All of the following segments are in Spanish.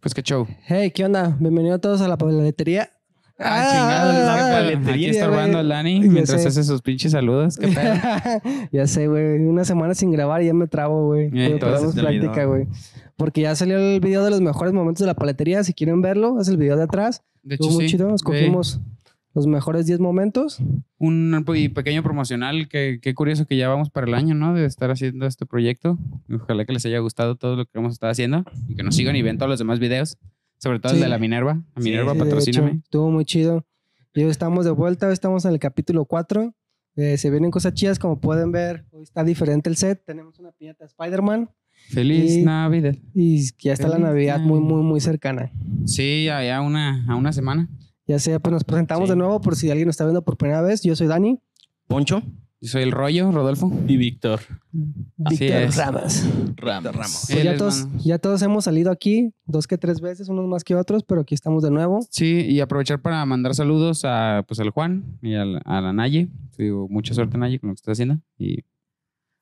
Pues ¿Qué show? Hey, ¿qué onda? Bienvenidos todos a la paletería. Ah, chingada, la paletería. Aquí está robando Lani mientras sé. hace sus pinches saludos. ¿Qué pedo? Eh, ya sé, güey. Una semana sin grabar y ya me trabo, güey. Ya, Pero entonces tenemos te olvidó. plática, güey. Porque ya salió el video de los mejores momentos de la paletería. Si quieren verlo, es el video de atrás. De Estuvo muy sí, chido. güey, Escogimos los mejores 10 momentos. Un pe- y pequeño promocional. que- Qué curioso que ya vamos para el año, ¿no? De estar haciendo este proyecto. Ojalá que les haya gustado todo lo que hemos estado haciendo y que nos sigan y vean todos los demás videos. Sobre todo el Sí. de la Minerva. La Sí, Minerva, Sí, Eh, de patrocíname. hecho, estuvo muy chido. Y hoy estamos de vuelta, hoy estamos en el capítulo 4. Eh, se vienen cosas chidas, como pueden ver, hoy está diferente el set. Tenemos una piñata de Spider-Man Feliz Y- Navidad. y ya está la Feliz Navidad muy, Navidad. muy, muy cercana. Sí, ya, ya una, a una semana. Ya sea, pues nos presentamos Sí. de nuevo por si alguien nos está viendo por primera vez. Yo soy Dani. Poncho Yo soy el rollo, Rodolfo. y Víctor Así Víctor es. Ramas. Ramos. Eh. Pues Él ya, es todos, Manos. ya todos hemos salido aquí dos que tres veces, unos más que otros, pero aquí estamos de nuevo. Sí, y aprovechar para mandar saludos a pues al Juan y al- a la Naye. Te digo, mucha suerte, Naye, con lo que estás haciendo. Y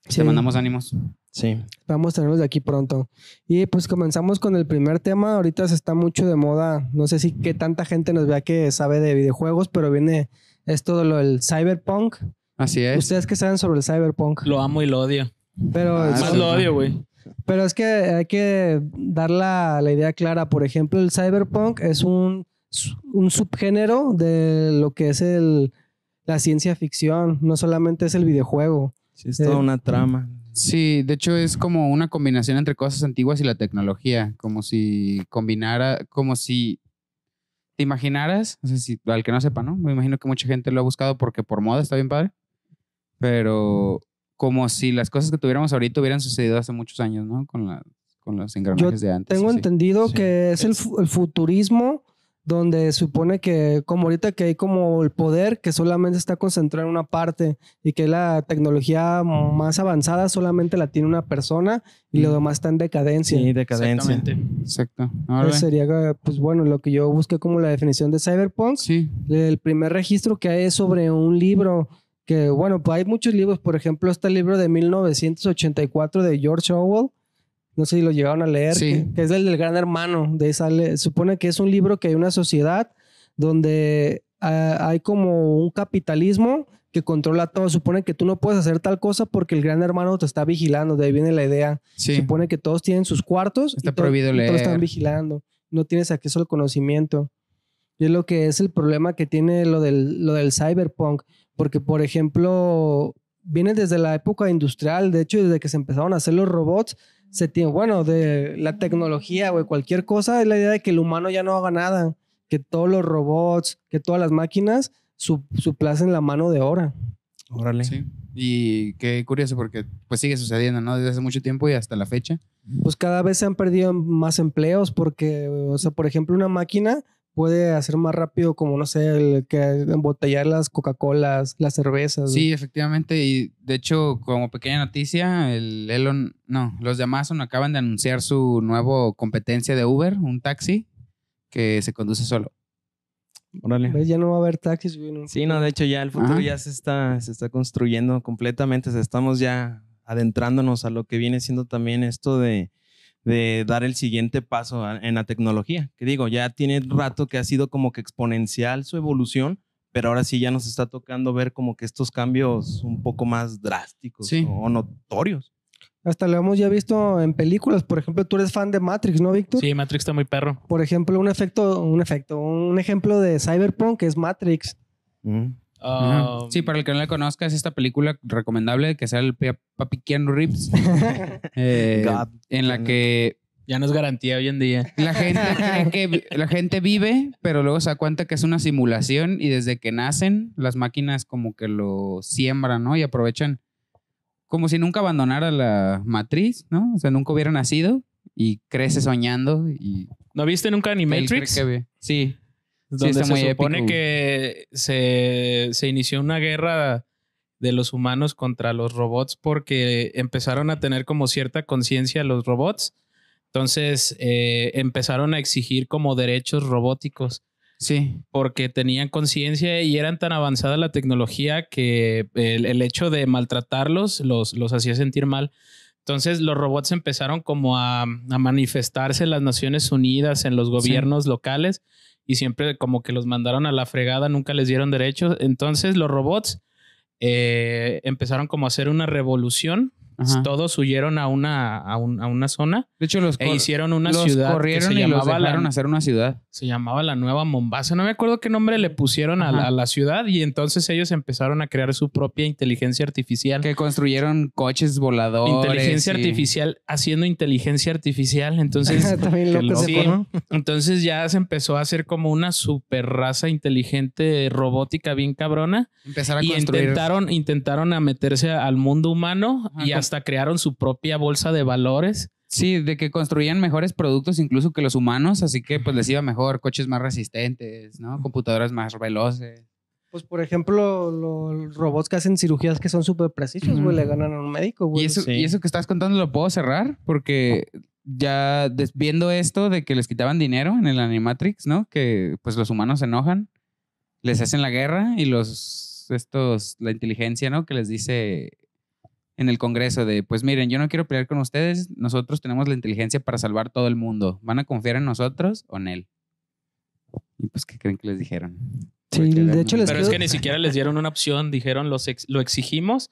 Sí. te mandamos ánimos. Sí. Vamos a tenerlos de aquí pronto. Y pues comenzamos con el primer tema. Ahorita se está mucho de moda. No sé si qué tanta gente nos vea que sabe de videojuegos, pero viene esto de lo del cyberpunk. Así es. Ustedes que saben sobre el cyberpunk. Lo amo y lo odio. Pero, Ah, Más sí. lo odio, güey. pero es que hay que dar la, la idea clara. Por ejemplo, el cyberpunk es un, un subgénero de lo que es el, la ciencia ficción. No solamente es el videojuego. Eh, Sí, es toda una trama. Sí, de hecho es como una combinación entre cosas antiguas y la tecnología. Como si combinara, como si te imaginaras, no sé si al que no sepa, ¿no? Me imagino que mucha gente lo ha buscado porque por moda está bien padre. Pero como si las cosas que tuviéramos ahorita hubieran sucedido hace muchos años, ¿no? Con, la, con los engranajes de antes. Tengo así. entendido Sí, que es, el, es- fu- el futurismo donde supone que, como ahorita que hay como el poder que solamente está concentrado en una parte y que la tecnología más avanzada solamente la tiene una persona y lo Mm. demás está en decadencia. Sí, decadencia. Exactamente. Exacto. Ahora, Eso sería, eh, pues bueno, lo que yo busqué como la definición de cyberpunk. sí. El primer registro que hay es sobre un libro que, bueno, pues hay muchos libros. Por ejemplo, este libro de 1984 de George Orwell. No sé si lo llegaron a leer. Sí. Que, que es el del gran hermano. De esa le- supone que es un libro que hay una sociedad donde ah, hay como un capitalismo que controla todo. Supone que tú no puedes hacer tal cosa porque el gran hermano te está vigilando. De ahí viene la idea. Sí. Supone que todos tienen sus cuartos. Está todo- prohibido y Todos están leer. vigilando. No tienes acceso al conocimiento. Y es lo que es el problema que tiene lo del, lo del cyberpunk. Porque, por ejemplo, viene desde la época industrial. De hecho, desde que se empezaron a hacer los robots, se tiene, bueno, de la tecnología, güey, cualquier cosa, es la idea de que el humano ya no haga nada. Que todos los robots, que todas las máquinas su- suplacen la mano de obra. Órale. Sí. Y qué curioso porque pues sigue sucediendo, ¿no? Desde hace mucho tiempo y hasta la fecha. pues cada vez se han perdido más empleos porque, o sea, por ejemplo, una máquina puede hacer más rápido como, no sé, el que embotellar las Coca-Colas, las cervezas. Sí, efectivamente. Y de hecho, como pequeña noticia, el Elon, no, los de Amazon acaban de anunciar su nuevo competencia de Uber, un taxi que se conduce solo. Órale. ¿Ves? Ya no va a haber taxis. güey, no. Sí, no, de hecho ya el futuro Ajá. ya se está, se está construyendo completamente. Se- Estamos ya adentrándonos a lo que viene siendo también esto de, de dar el siguiente paso a- en la tecnología. Que digo, ya tiene rato que ha sido como que exponencial su evolución, pero ahora sí ya nos está tocando ver como que estos cambios un poco más drásticos Sí. o notorios. Hasta lo hemos ya visto en películas. Por ejemplo, tú eres fan de Matrix, ¿no, Víctor? Sí, Matrix está muy perro. Por ejemplo, un efecto, un efecto, un ejemplo de Cyberpunk es Matrix. Mm. Ajá. Ah, Sí, para el que no la conozca, es esta película recomendable que sea el pa- papi Keanu Reeves, eh, God. en la que Ya no es garantía hoy en día. La gente cree que vi- la gente vive, pero luego se da cuenta que es una simulación y desde que nacen las máquinas como que lo siembran, ¿no? Y aprovechan como si nunca abandonara la matriz, ¿no? O sea, nunca hubiera nacido y crece soñando y ¿No viste nunca ni él cree Matrix? que ve. Sí, Donde está se muy supone épico. que se, se inició una guerra de los humanos contra los robots porque empezaron a tener como cierta conciencia los robots. Entonces eh, empezaron a exigir como derechos robóticos. sí, porque tenían conciencia y eran tan avanzada la tecnología que el, el hecho de maltratarlos los, los hacía sentir mal. Entonces los robots empezaron como a, a manifestarse en las Naciones Unidas, en los gobiernos locales, y siempre como que los mandaron a la fregada, nunca les dieron derechos. Entonces los robots eh, empezaron como a hacer una revolución. Ajá. Todos huyeron a una, a un- a una zona De hecho, los, e cor- hicieron una los ciudad corrieron que se y los llamaba, dejaron la, hacer una ciudad. se llamaba la Nueva Mombasa. No me acuerdo qué nombre le pusieron a la, Ajá. a la ciudad y entonces ellos empezaron a crear su propia inteligencia artificial. Que construyeron coches voladores. Inteligencia y- artificial haciendo inteligencia artificial. Entonces, También Qué loco Pues loco, ese sí. juego. ¿no? entonces ya se empezó a hacer como una super raza inteligente robótica bien cabrona. Empezar a Y construir. intentaron, intentaron a meterse al mundo humano Ajá, y con- hasta crearon su propia bolsa de valores. Sí, de que construían mejores productos incluso que los humanos, así que pues les iba mejor, coches más resistentes, ¿no? Computadoras más veloces. Pues por ejemplo, lo- los robots que hacen cirugías que son súper precisos, güey, Ujú. le ganan a un médico, güey. y, eso, sí. y eso que estás contando lo puedo cerrar porque ya des- viendo esto de que les quitaban dinero en el Animatrix, ¿no? Que pues los humanos se enojan, les hacen la guerra y los estos la inteligencia, ¿no? Que les dice en el Congreso de, pues miren, yo no quiero pelear con ustedes, nosotros tenemos la inteligencia para salvar todo el mundo. ¿Van a confiar en nosotros o en él? Y pues qué creen que les dijeron? Sí, Porque de eran- hecho, les Pero es que ni siquiera les dieron una opción, dijeron los ex- lo exigimos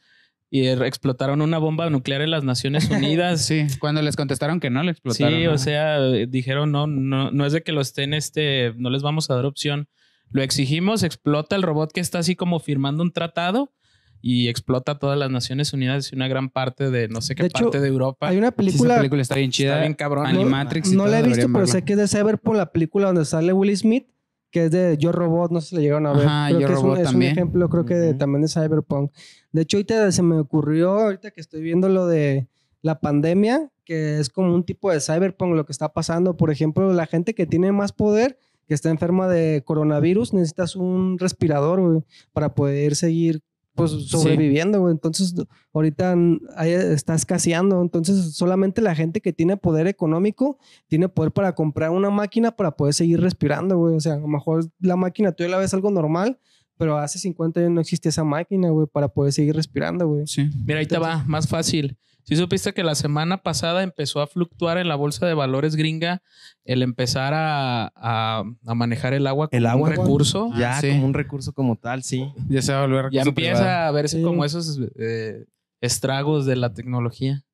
y eh, explotaron una bomba nuclear en las Naciones Unidas. Sí, cuando les contestaron que no, le explotaron. Sí, ¿no? o sea, eh, dijeron no, no, no es de que lo estén, este, no les vamos a dar opción. Lo exigimos, explota el robot que está así como firmando un tratado y explota todas las Naciones Unidas y una gran parte de no sé qué De hecho, parte de Europa. Hay una Sí, esa película, película está bien chida. Está bien cabrón. Animatrix. y no todo, la he visto, deberían pero verla. sé que es de Cyberpunk, la película donde sale Will Smith, que es de Yo Robot, no sé si la llegaron a ver. Ajá, Yo que es un- Robot es un, también. ejemplo, creo que de- Ujú. también de Cyberpunk. De hecho, ahorita se me ocurrió, ahorita que estoy viendo lo de la pandemia, que es como un tipo de Cyberpunk lo que está pasando. Por ejemplo, la gente que tiene más poder, que está enferma de coronavirus, necesitas un respirador, güey, para poder seguir pues sobreviviendo, güey. Entonces, ahorita mm, ahí está escaseando. Entonces, solamente la gente que tiene poder económico tiene poder para comprar una máquina para poder seguir respirando, güey. O sea, a lo mejor la máquina tú ya la ves algo normal, pero hace 50 años no existía esa máquina, güey, para poder seguir respirando, güey. Sí. Mira, ahí te va, más fácil. Si supiste que la semana pasada empezó a fluctuar en la bolsa de valores gringa el empezar a, a- a manejar el agua como El agua. un recurso, Ah, Ya sí. como un recurso como tal, sí. Ya se va a volver ya cosa empieza privada. a verse Sí. como esos eh, estragos de la tecnología.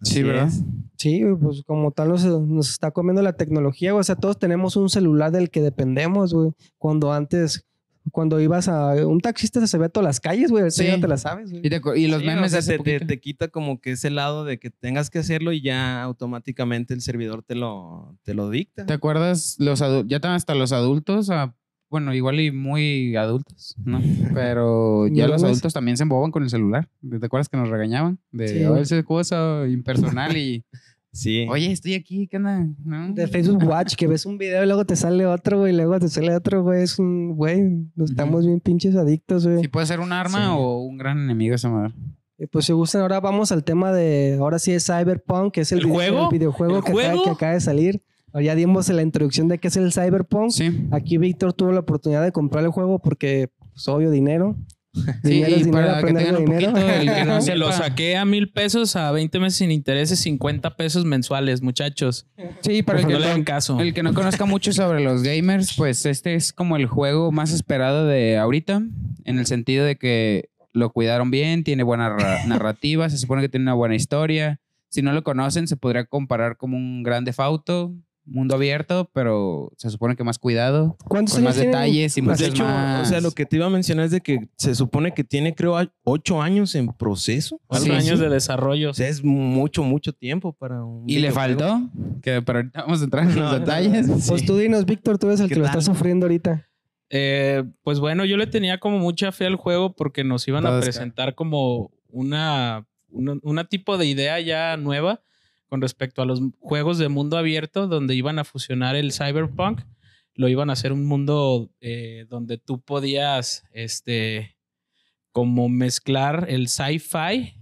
Sí, Así ¿verdad? es. Sí, güey, pues como tal nos, nos está comiendo la tecnología, güey. O sea, todos tenemos un celular del que dependemos, güey. Cuando antes, cuando ibas a... Un taxista se sabía todas las calles, güey. Ahorita Sí. ya te las sabes, güey. Y, te acu- y los Sí, memes o sea, de hace te- te, poquito. te quita como que ese lado de que tengas que hacerlo y ya automáticamente el servidor te lo, te lo dicta. ¿Te acuerdas? Los adu- ya tan hasta los adultos, ah, bueno, igual y muy adultos, ¿no? Pero ya los Millennials. adultos también se emboban con el celular. ¿Te acuerdas que nos regañaban? De Sí. "Oh, esa cosa impersonal y... Sí. Oye, estoy aquí, ¿qué onda? ¿No? De Facebook Watch, que ves un video y luego te sale otro, güey, y luego te sale otro, güey. Es un, güey, nos Ujú. estamos bien pinches adictos, güey. Si puede ser un arma Sí. o un gran enemigo esa madre. Y Pues si gustan, ahora vamos al tema de, ahora sí es Cyberpunk, que es el, ¿El vide- juego? el videojuego ¿El que, acaba- juego? que acaba de salir. Ahora Ya dimos la introducción de qué es el Cyberpunk. Sí. Aquí Víctor tuvo la oportunidad de comprar el juego porque, pues, obvio, dinero. Sí, Dinero es y dinero, para que aprende tengan algo un de dinero. poquito el que no Se lo sepa. saqué a mil pesos a 20 meses sin intereses, 50 pesos mensuales, muchachos. Sí, Pues para el que no le no- hagan caso. El que no conozca mucho sobre los gamers, pues este es como el juego más esperado de ahorita, en el sentido de que lo cuidaron bien, tiene buena ra- narrativa, se supone que tiene una buena historia. Si no lo conocen, se podría comparar como un grande fauto, mundo abierto, pero se supone que más cuidado, ¿Cuántos con más tienen? detalles y Pues, de muchas hecho, más. o sea, lo que te iba a mencionar es de que se supone que tiene, creo, a- ocho años en proceso. Cuatro Sí, años sí. de desarrollo. O sea, es mucho, mucho tiempo para un. y le videojuego. faltó, que pero ahorita vamos a entrar en los No, no, detalles. Pues Sí. tú dinos, Víctor, tú eres el ¿Qué que lo está tal? sufriendo ahorita. Eh, pues bueno, yo le tenía como mucha fe al juego porque nos iban Todo a es presentar como una, una, una tipo de idea ya nueva con respecto a los juegos de mundo abierto donde iban a fusionar el cyberpunk. Lo iban a hacer un mundo eh, donde tú podías, este, como mezclar el sci-fi,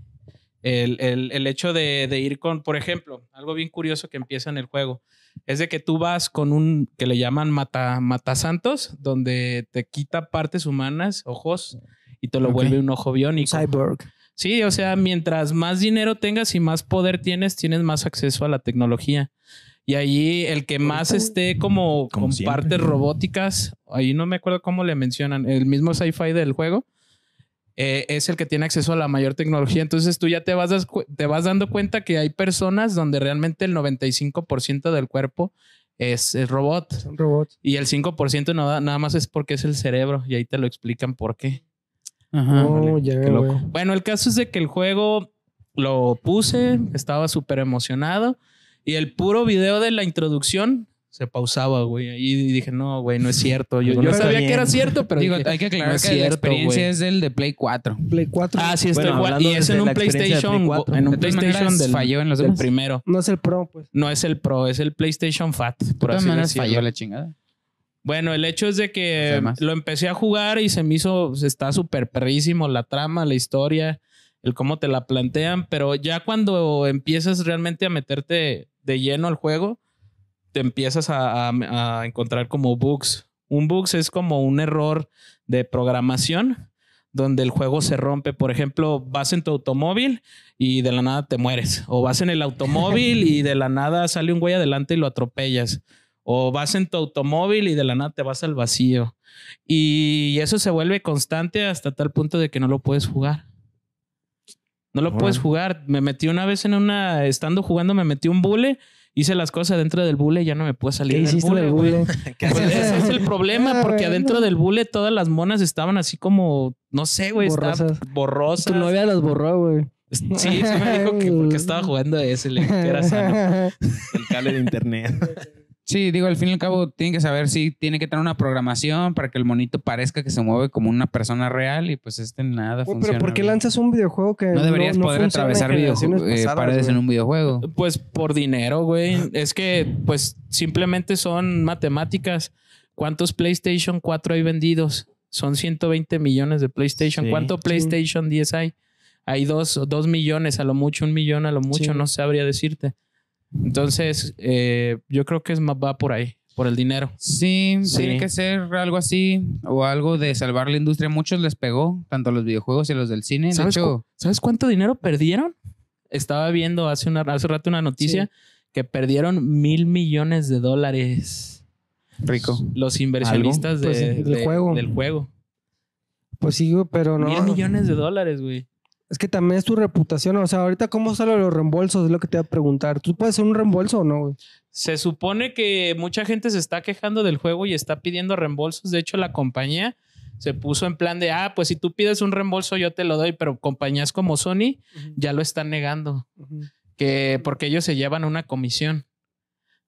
el, el- el hecho de, de ir con, por ejemplo, algo bien curioso que empieza en el juego es de que tú vas con un que le llaman mata, matasantos, donde te quita partes humanas, ojos, y te lo Ok. vuelve un ojo biónico. Cyborg. Sí, o sea, mientras más dinero tengas y más poder tienes, tienes más acceso a la tecnología. Y allí el que más esté como, Como con siempre. partes robóticas, ahí no me acuerdo cómo le mencionan, el mismo sci-fi del juego, eh, es el que tiene acceso a la mayor tecnología. Entonces tú ya te vas, das cu- te vas dando cuenta que hay personas donde realmente el 95% del cuerpo es, es robot. Son robots. Y el 5% nada, nada más es porque es el cerebro. Y ahí te lo explican por qué. Ajá. oh, órale, ya, qué loco. güey. Bueno, el caso es de que el juego lo puse, estaba súper emocionado. Y el puro video de la introducción se pausaba, güey. Y dije, no, güey, no es cierto. Yo, yo Pero sabía bien. que era cierto, pero. Digo, dije, hay que aclarar no que es la cierto, experiencia güey. es del de Play 4. Play 4. Ah, sí, estoy Bueno, igual. Y hablando es en desde un la experiencia del PlayStation. Play güey, 4. En un De todas PlayStation maneras, del, falló en los del demás. primero. No es el Pro, pues. No es el Pro, es el PlayStation Fat. De Por todas así maneras, decirlo. falló la chingada. Bueno, el hecho es de que Además. lo empecé a jugar y se me hizo, se está súper perrísimo la trama, la historia, el cómo te la plantean, pero ya cuando empiezas realmente a meterte de lleno al juego, te empiezas a, a- a encontrar como bugs. Un bugs es como un error de programación donde el juego se rompe. Por ejemplo, vas en tu automóvil y de la nada te mueres. O vas en el automóvil y de la nada sale un güey adelante y lo atropellas. O vas en tu automóvil y de la nada te vas al vacío. Y eso se vuelve constante hasta tal punto de que no lo puedes jugar. No lo Órale. puedes jugar. Me metí una vez en una, estando jugando, me metí un bule, hice las cosas dentro del bule y ya no me pude salir ¿Qué del hiciste en bule, el güey. Google? Pues ese es el Ah, problema, porque bueno. adentro del bule todas las monas estaban así como, no sé, güey, estaban Borrosas. borrosas. Tu novia las borró, güey. Sí, sí me dijo que porque estaba jugando a ese, le dije que era sano. El cable de internet. Sí, digo, al fin y al cabo tienen que saber si tiene que tener una programación para que el monito parezca que se mueve como una persona real y pues este nada Güey, funciona. pero ¿por qué güey. lanzas un videojuego que No deberías no poder funciona en atravesar videojuegos, eh, generaciones pasadas, paredes güey? en un videojuego. Pues por dinero, güey. Es que, pues, simplemente son matemáticas. ¿Cuántos PlayStation 4 hay vendidos? Son 120 millones de PlayStation. Sí. ¿Cuánto PlayStation 10 hay? Hay dos, dos millones, a lo mucho, un millón, a lo mucho, Sí. no sabría decirte. Entonces, eh, yo creo que es más va por ahí, por el dinero. Sí, Sí. tiene que ser algo así o algo de salvar la industria. Muchos les pegó, tanto a los videojuegos y a los del cine. De ¿Sabes hecho, ¿Sabes cuánto dinero perdieron? Estaba viendo hace, una, hace rato una noticia que perdieron mil millones de dólares. rico. Los inversionistas de- Pues, del de- juego. del juego. Pues sí, güey, pero no. Mil millones de dólares, güey. Es que también es tu reputación. O sea, ahorita, ¿cómo salen los reembolsos? Es lo que te iba a preguntar. ¿Tú puedes hacer un reembolso o no, güey? Se supone que mucha gente se está quejando del juego y está pidiendo reembolsos. De hecho, la compañía se puso en plan de, ah, pues si tú pides un reembolso, yo te lo doy, pero compañías como Sony ya lo están negando, que porque ellos se llevan una comisión.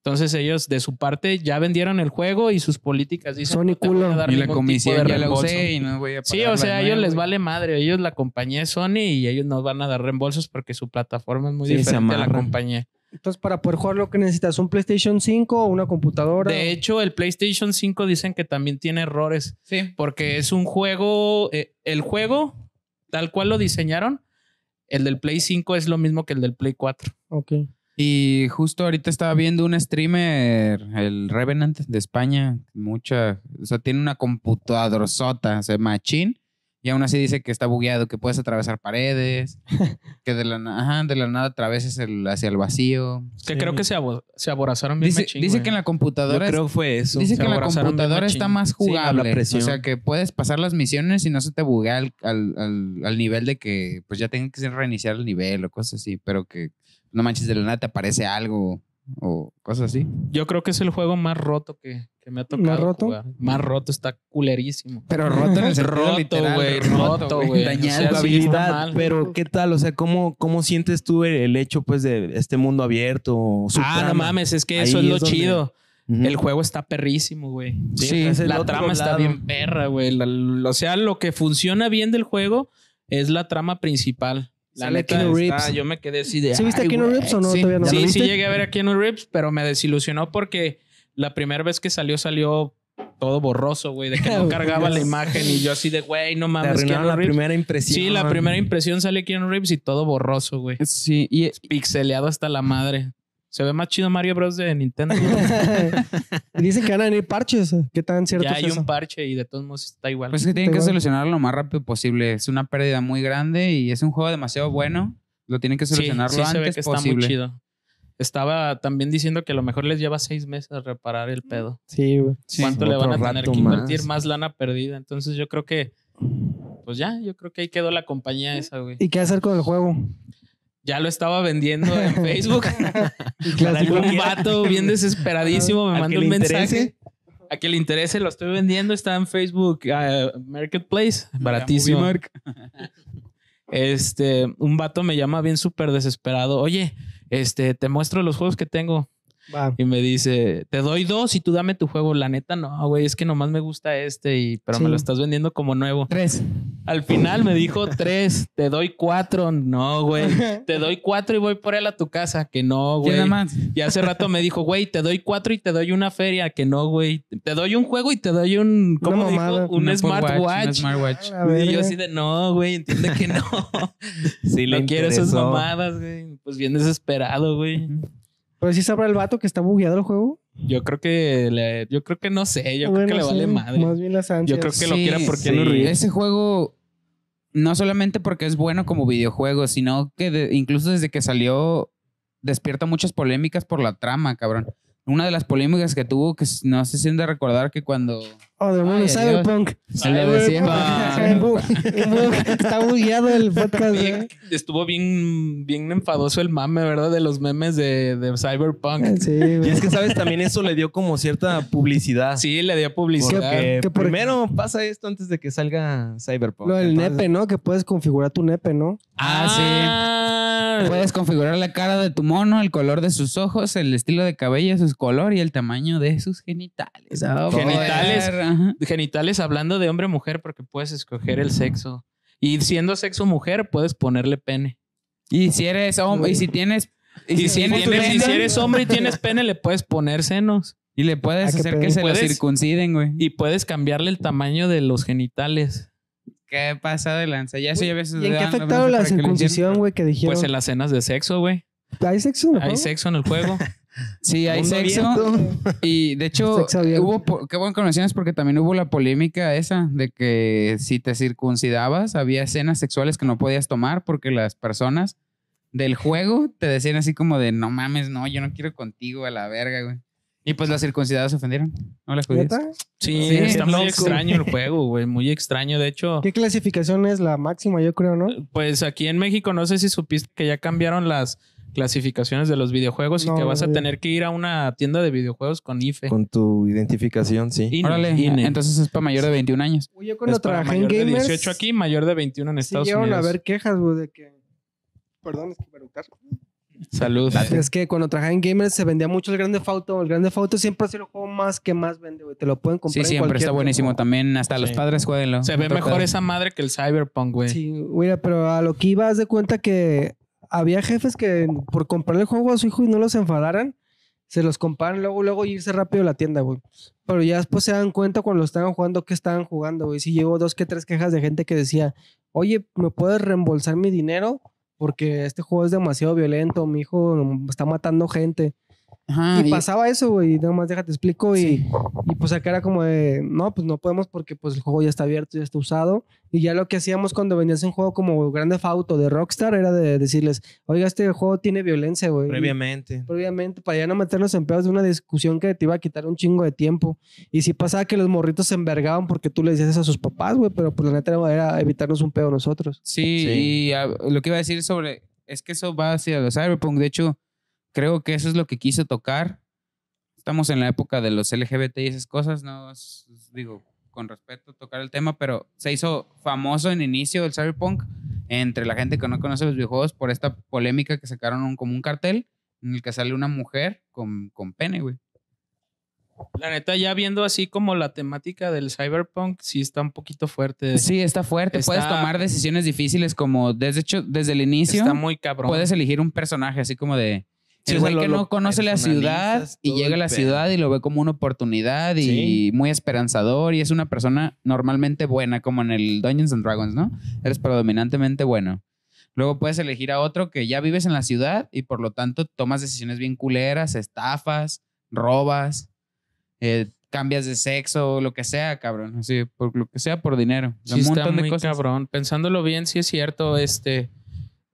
Entonces ellos de su parte ya vendieron el juego y sus políticas dicen Sony "No te voy a culo". dar Y la ningún tipo comisión de ya la reembolso". usé y no voy a Sí, pagar o la sea, a ellos nueva, les güey. vale madre. Ellos la compañía es Sony y ellos nos van a dar reembolsos porque su plataforma es muy Sí, se diferente a la amarran. compañía. Entonces, para poder jugar lo que necesitas, un PlayStation 5 o una computadora. De hecho, el PlayStation 5 dicen que también tiene errores Sí. porque es un juego, eh, el juego tal cual lo diseñaron, el del Play 5 es lo mismo que el del Play 4. Ok. Y justo ahorita estaba viendo un streamer, el Revenant de España, mucha, o sea, tiene una computadora sota, o sea, machín, y aún así dice que está bugueado, que puedes atravesar paredes, que de la, na- ajá, de la nada atraveses el- hacia el vacío. Que Sí. creo que se, abo- se aborazaron bien Dice, machín, dice güey. que en la eh. Yo computadora es- creo que fue eso. dice se que en la abrazaron bien computadora está machín. más no, la jugable, o presión. sea, que puedes pasar las misiones y no se te buguea al, al- al- al nivel de que pues ya tengas que reiniciar el nivel o cosas así, pero que no manches de la nada te aparece algo o cosas así. Yo creo que es el juego más roto que, que me ha tocado. ¿Más roto? jugar. Más roto, está culerísimo. Pero roto en el sentido Roto, literal. güey, roto, güey. Dañado. O tu sea, sí, habilidad, está mal. pero ¿qué tal? O sea, ¿cómo, cómo sientes tú el, el hecho pues de este mundo abierto? o su ah, trama? no mames, es que Ahí eso es es lo donde- chido. Ujú. El juego está perrísimo, güey. Sí, es el la otro trama está lado. bien perra, güey. La- l- o sea, lo que funciona bien del juego es la trama principal. La Sale neta, Keanu está- Reeves. yo me quedé así de. ¿Sí viste "Ay, a Keanu güey". Reeves o no? sí, Todavía no. Sí, ¿Lo sí viste? llegué a ver a Keanu Reeves, pero me desilusionó porque la primera vez que salió, salió todo borroso, güey, de que no cargaba la imagen y yo así de, güey, no Te mames, arruinaron Keanu la Reeves. primera impresión. Sí, la primera impresión sale Keanu Reeves y todo borroso, güey. Sí, y, Pixeleado hasta la madre. Se ve más chido Mario Bros. de Nintendo. Dicen que van a venir parches. ¿eh? ¿Qué tan cierto ya es hay eso? un parche y de todos modos está igual. Pues es que tienen que Igual. solucionarlo lo más rápido posible. Es una pérdida muy grande y es un juego demasiado bueno. Lo tienen que Sí, solucionar sí lo se ve antes que está muy posible. chido. Estaba también diciendo que a lo mejor les lleva seis meses reparar el pedo. Sí, güey. Sí, ¿Cuánto le otro van a tener rato que invertir más. más. lana perdida? Entonces yo creo que, pues ya, yo creo que ahí quedó la compañía esa, güey. ¿Y qué hacer con el juego? Ya lo estaba vendiendo en Facebook. Clásico. un vato bien desesperadísimo me Al mandó que le un mensaje. interese. A que le interese, lo estoy vendiendo. Está en Facebook eh, Marketplace. Baratísimo. Este, un vato me llama bien súper desesperado. Oye, este, te muestro los juegos que tengo. Va. Y me dice, te doy dos y tú dame tu juego. La neta, no, güey, es que nomás me gusta este, y, pero me Sí. lo estás vendiendo como nuevo. Tres. Al final me dijo tres, te doy cuatro. No, güey, te doy cuatro y voy por él a tu casa. Que no, güey. ¿Quién más? Y hace rato me dijo, güey, te doy cuatro y te doy una feria. Que no, güey. Te doy un juego y te doy un. ¿Cómo Una mamada. dijo? Un Apple Watch, un smartwatch. smartwatch. A ver, y yo eh. así de, no, güey, entiende que no. Sí, le no quiero esas interesó. mamadas, güey. Pues bien desesperado, güey. Pero sí sabrá el vato que está bugueado el juego. Yo creo que le- yo creo que no sé, yo creo Bueno, que le sí, vale madre. Más bien las ansias. Yo creo que lo Sí, quiera porque no sí. ríe. Ese juego, no solamente porque es bueno como videojuego, sino que de- incluso desde que salió, despierta muchas polémicas por la trama, cabrón. Una de las polémicas que tuvo, que s- no sé si han de recordar que cuando Oh, demonio, Ay, Cyberpunk. se le decía. Cyberpunk. Cyberpunk. Está bugueado el podcast. Bien- eh. estuvo bien, bien enfadoso el mame, ¿verdad? De los memes de, de Cyberpunk. Eh, Sí, güey. Y es que, ¿sabes? También eso le dio como cierta publicidad. Sí, le dio publicidad. Porque Que por- primero pasa esto antes de que salga Cyberpunk. Lo del Entonces, nepe, ¿no? Que puedes configurar tu nepe, ¿no? Ah, sí. Puedes configurar la cara de tu mono, el color de sus ojos, el estilo de cabello, su color y el tamaño de sus genitales. Ah, Todo genitales. eso. Ajá. genitales hablando de hombre o mujer porque puedes escoger el sexo. Y siendo sexo mujer, puedes ponerle pene. Y si eres hombre, y si tienes. Y, si, tienes tienes- y pene, si eres hombre y tienes pene, le puedes poner senos. Y le Ah, puedes qué hacer que pedo. se lo Puedes- circunciden, güey. Y puedes cambiarle el tamaño de los genitales. ¿Qué pasa de lanza? Ya eso ya ves. ¿Y en qué afectaron la circuncisión, güey? Que dijeron. Pues en las cenas de sexo, güey. ¿Hay sexo? en el Hay juego? sexo en el juego. Sí, hay mundo sexo. abierto. Y de hecho, Sexo abierto. hubo. po- Qué bueno que mencionas porque también hubo la polémica esa de que si te circuncidabas, había escenas sexuales que no podías tomar porque las personas del juego te decían así como de no mames, no, yo no quiero contigo a la verga, güey. Y pues las circuncidadas se ofendieron. No las judías. ¿Neta? Sí, Sí, está muy loco. extraño el juego, güey. Muy extraño. De hecho, ¿Qué clasificación es la máxima, yo creo, no? pues aquí en México, no sé si supiste que ya cambiaron las clasificaciones de los videojuegos No, y que no vas a sabía. tener que ir a una tienda de videojuegos con E. IFE. Con tu identificación, sí. INE, Órale, INE. entonces es para mayor de 21 años. Uy, Yo cuando Es para trabajé en mayor gamers. de 18 aquí, mayor de 21 en sí Estados llegaron Unidos. a ver quejas, güey, de que. Perdón, es que me eructar. Salud. Es que cuando trabajaba en gamers se vendía mucho el Grande Fauto. El Grande Fauto siempre es el juego más que más vende, güey. Te lo pueden comprar. Sí, en siempre cualquier está buenísimo. tiempo. También hasta los Sí. padres jueguenlo. Se ve Otro mejor pedo. esa madre que el Cyberpunk, güey. Sí, mira, pero a lo que iba, haz de cuenta que había jefes que por comprar el juego a su hijo y no los enfadaran, se los compraban luego, luego y irse rápido a la tienda, güey. Pero ya después se dan cuenta cuando lo estaban jugando que estaban jugando, güey. Sí llegó dos que tres quejas de gente que decía, oye, ¿me puedes reembolsar mi dinero? Porque este juego es demasiado violento, mi hijo está matando gente. Ajá, y, y- pasaba eso, güey, y nada más déjate explico. Y, Sí. y pues acá era como de, no, pues no podemos porque pues el juego ya está abierto, ya está usado. Y ya lo que hacíamos cuando vendías un juego como Grande Auto de Rockstar era de decirles, oiga, este juego tiene violencia, güey. Previamente. Previamente, para ya no meternos en pedos de una discusión que te iba a quitar un chingo de tiempo. Y sí pasaba que los morritos se envergaban porque tú le decías eso a sus papás, güey, pero pues la neta era evitarnos un pedo nosotros. Sí, Sí. y ah, lo que iba a decir sobre. Es que eso va hacia los Cyberpunk. De hecho, creo que eso es lo que quiso tocar. Estamos en la época de los LGBT y esas cosas, ¿no? Es- es- digo, con respeto tocar el tema, pero se hizo famoso en inicio el Cyberpunk entre la gente que no conoce los videojuegos por esta polémica que sacaron un- como un cartel en el que sale una mujer con, con pene, güey. La neta, ya viendo así como la temática del Cyberpunk, sí está un poquito fuerte. Sí, está fuerte. Puedes Está- tomar decisiones difíciles como, desde hecho, desde el inicio. Está muy cabrón. puedes elegir un personaje así como de Sí, el o sea, güey lo- que lo no conoce la ciudad personalizas y todo llega a el la pedo. ciudad y lo ve como una oportunidad y Sí. muy esperanzador y es una persona normalmente buena como en el Dungeons and Dragons, ¿no? Eres predominantemente bueno. Luego puedes elegir a otro que ya vives en la ciudad y por lo tanto tomas decisiones bien culeras, estafas, robas, eh, cambias de sexo, lo que sea, cabrón. Así, por lo que sea, por dinero. Sí, un está montón muy de cosas. cabrón. Pensándolo bien, sí es cierto. Este,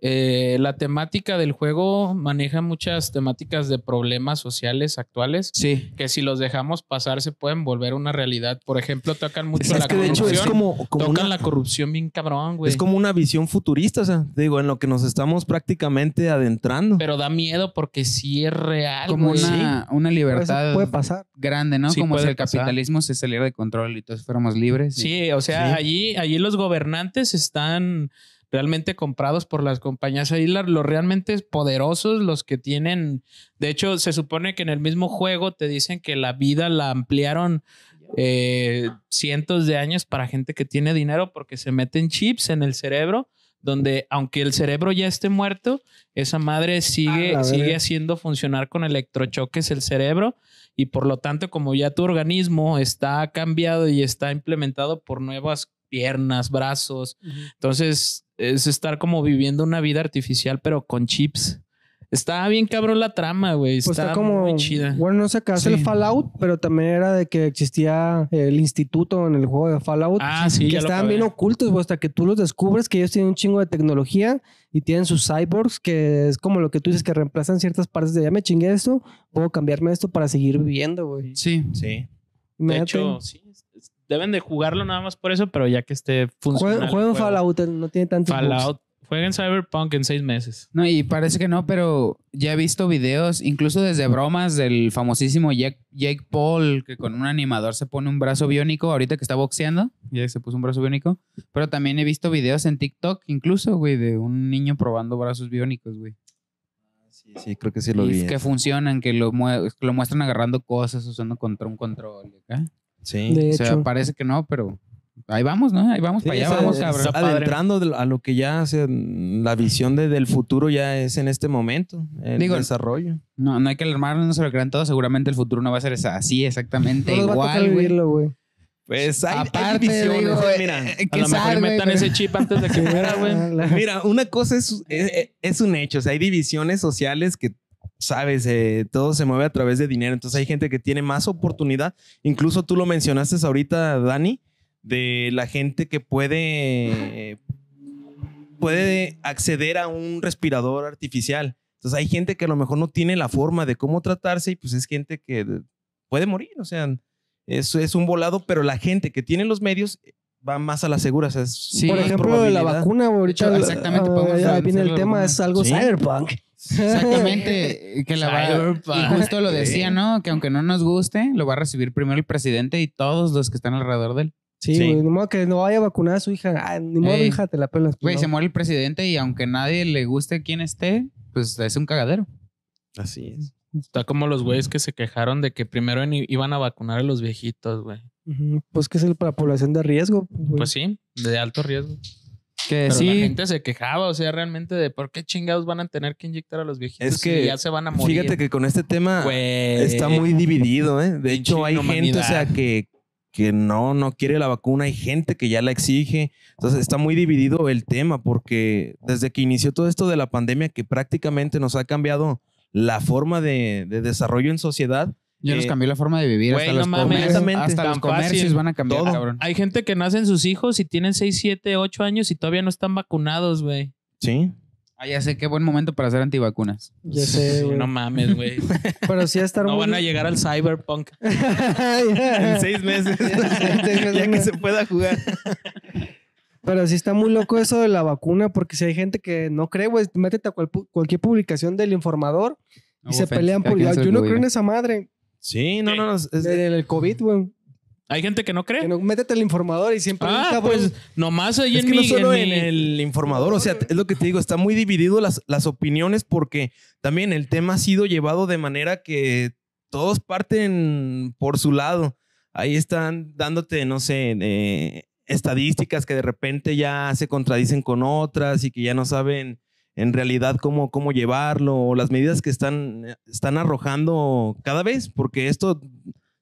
eh, la temática del juego maneja muchas temáticas de problemas sociales actuales Sí. que si los dejamos pasar se pueden volver una realidad. Por ejemplo, tocan mucho Es la que de hecho corrupción. es como, como tocan una, la corrupción bien cabrón, güey. es como una visión futurista, o sea, te digo, en lo que nos estamos prácticamente adentrando. Pero da miedo porque sí es real, Como güey. una, una libertad Eso puede pasar. grande, ¿no? Sí, Como si puede el pasar. capitalismo se saliera de control y todos fuéramos libres. y- Sí, o sea, Sí. allí, allí los gobernantes están realmente comprados por las compañías. Ahí la- los realmente poderosos, los que tienen... De hecho, se supone que en el mismo juego te dicen que la vida la ampliaron eh, cientos de años para gente que tiene dinero porque se meten chips en el cerebro donde aunque el cerebro ya esté muerto, esa madre sigue, Ah, la sigue verga. haciendo funcionar con electrochoques el cerebro y por lo tanto, como ya tu organismo está cambiado y está implementado por nuevas piernas, brazos, entonces es estar como viviendo una vida artificial pero con chips. Está bien cabrón la trama, güey. Está, Pues está, como. muy chida. Bueno, no sé qué hace Sí. el Fallout, pero también era de que existía el instituto en el juego de Fallout. Ah, sí, que ya lo estaban acabé. bien ocultos, güey, hasta que tú los descubres que ellos tienen un chingo de tecnología y tienen sus cyborgs, que es como lo que tú dices, que reemplazan ciertas partes de ya me chingué esto, puedo cambiarme esto para seguir viviendo, güey. Sí. Sí. De Imagínate, hecho, sí, es- es- deben de jugarlo nada más por eso, pero ya que esté funcionando. jueguen, jueguen Fallout, eh, no tiene tantos bugs. Fallout. Jueguen Cyberpunk en seis meses. No, y parece que no, pero ya he visto videos, incluso desde bromas del famosísimo Jake, Jake Paul, que con un animador se pone un brazo biónico, ahorita que está boxeando, ya se puso un brazo biónico, pero también he visto videos en TikTok, incluso, güey, de un niño probando brazos biónicos, güey. sí, sí, creo que sí lo Y vi. ¿eh? que funcionan, que lo, mue- que lo muestran agarrando cosas, usando contra un control. ¿eh? Sí. De O hecho, sea, parece que no, pero ahí vamos, ¿no? Ahí vamos Sí, para allá, o sea, vamos, es- cabrón. está padre. Adentrando de lo- a lo que ya o sea, la visión de- del futuro ya es en este momento, el Digo, desarrollo. No, no hay que alarmarnos, no se lo crean todos, seguramente el futuro no va a ser esa- así exactamente no nos va a tocar igual, güey. vivirlo, güey. Pues hay- hay aparte, visiones, digo, eh, mira. A lo mejor y metan ese chip antes de que muera, güey. Mira, una cosa es, es, es un hecho. O sea, hay divisiones sociales que, sabes, eh, todo se mueve a través de dinero. Entonces hay gente que tiene más oportunidad. Incluso tú lo mencionaste ahorita, Dani, de la gente que puede, puede acceder a un respirador artificial. Entonces hay gente que a lo mejor no tiene la forma de cómo tratarse y pues es gente que puede morir. O sea, eso es un volado, pero la gente que tiene los medios va más a la segura. O sea, es Sí, Por más ejemplo, de la probabilidad. vacuna, güey, ahorita. Exactamente, ah, podemos ahí viene hacerlo el tema, alguna- es algo Sí. cyberpunk. Exactamente, que la Cyberpunk. va, y justo lo decía, ¿no? Que aunque no nos guste, lo va a recibir primero el presidente y todos los que están alrededor de él. Sí, Sí. güey. Ni modo que no vaya a vacunar a su hija. Ah, ni modo, Ey. hija, te la pelas. pues, Güey, no. se muere el presidente y aunque nadie le guste quién esté, pues es un cagadero. Así es. Está como los güeyes que se quejaron de que primero ni- iban a vacunar a los viejitos, güey. Ujú, Pues que es el- para población de riesgo. güey. Pues sí, de alto riesgo. Que Pero la sí, gente se quejaba, o sea, realmente de por qué chingados van a tener que inyectar a los viejitos Es que- si ya se van a morir. Fíjate que con este tema Güey. está muy dividido, ¿eh? De hecho, hay Pinche gente, o sea, inhumanidad. que, que no, no quiere la vacuna, hay gente que ya la exige. Entonces, está muy dividido el tema porque desde que inició todo esto de la pandemia, que prácticamente nos ha cambiado la forma de, de desarrollo en sociedad, ya nos eh, cambió la forma de vivir. güey, hasta no los, mames, comercios, exactamente. hasta los Tan comercios fácil. van a cambiar, Todo. cabrón. Hay gente que nacen sus hijos y tienen 6, 7, 8 años y todavía no están vacunados, güey. ¿sí? Ah, ya sé, qué buen momento para hacer antivacunas. Ya sé, güey. No mames, güey. Pero sí va a estar No muy- van a llegar al cyberpunk. En seis meses, seis meses, ya que ¿no? se pueda jugar. Pero sí está muy loco eso de la vacuna, porque si hay gente que no cree, güey, métete a cual- cualquier publicación del informador y No se offense, pelean cada por. quien Yo, se yo no lo creo en vive. esa madre. Sí, no, no, no. es- Del del COVID, güey. Hay gente que no cree. Que no- Métete al informador y siempre. ¿Eh? ah, cabrón, pues nomás ahí Es en que mi... no solo en, mi- el informador, o sea, es lo que te digo, está muy dividido las, las opiniones porque también el tema ha sido llevado de manera que todos parten por su lado. Ahí están dándote, no sé, eh, estadísticas que de repente ya se contradicen con otras y que ya no saben en realidad cómo, cómo llevarlo o las medidas que están, están arrojando cada vez, porque esto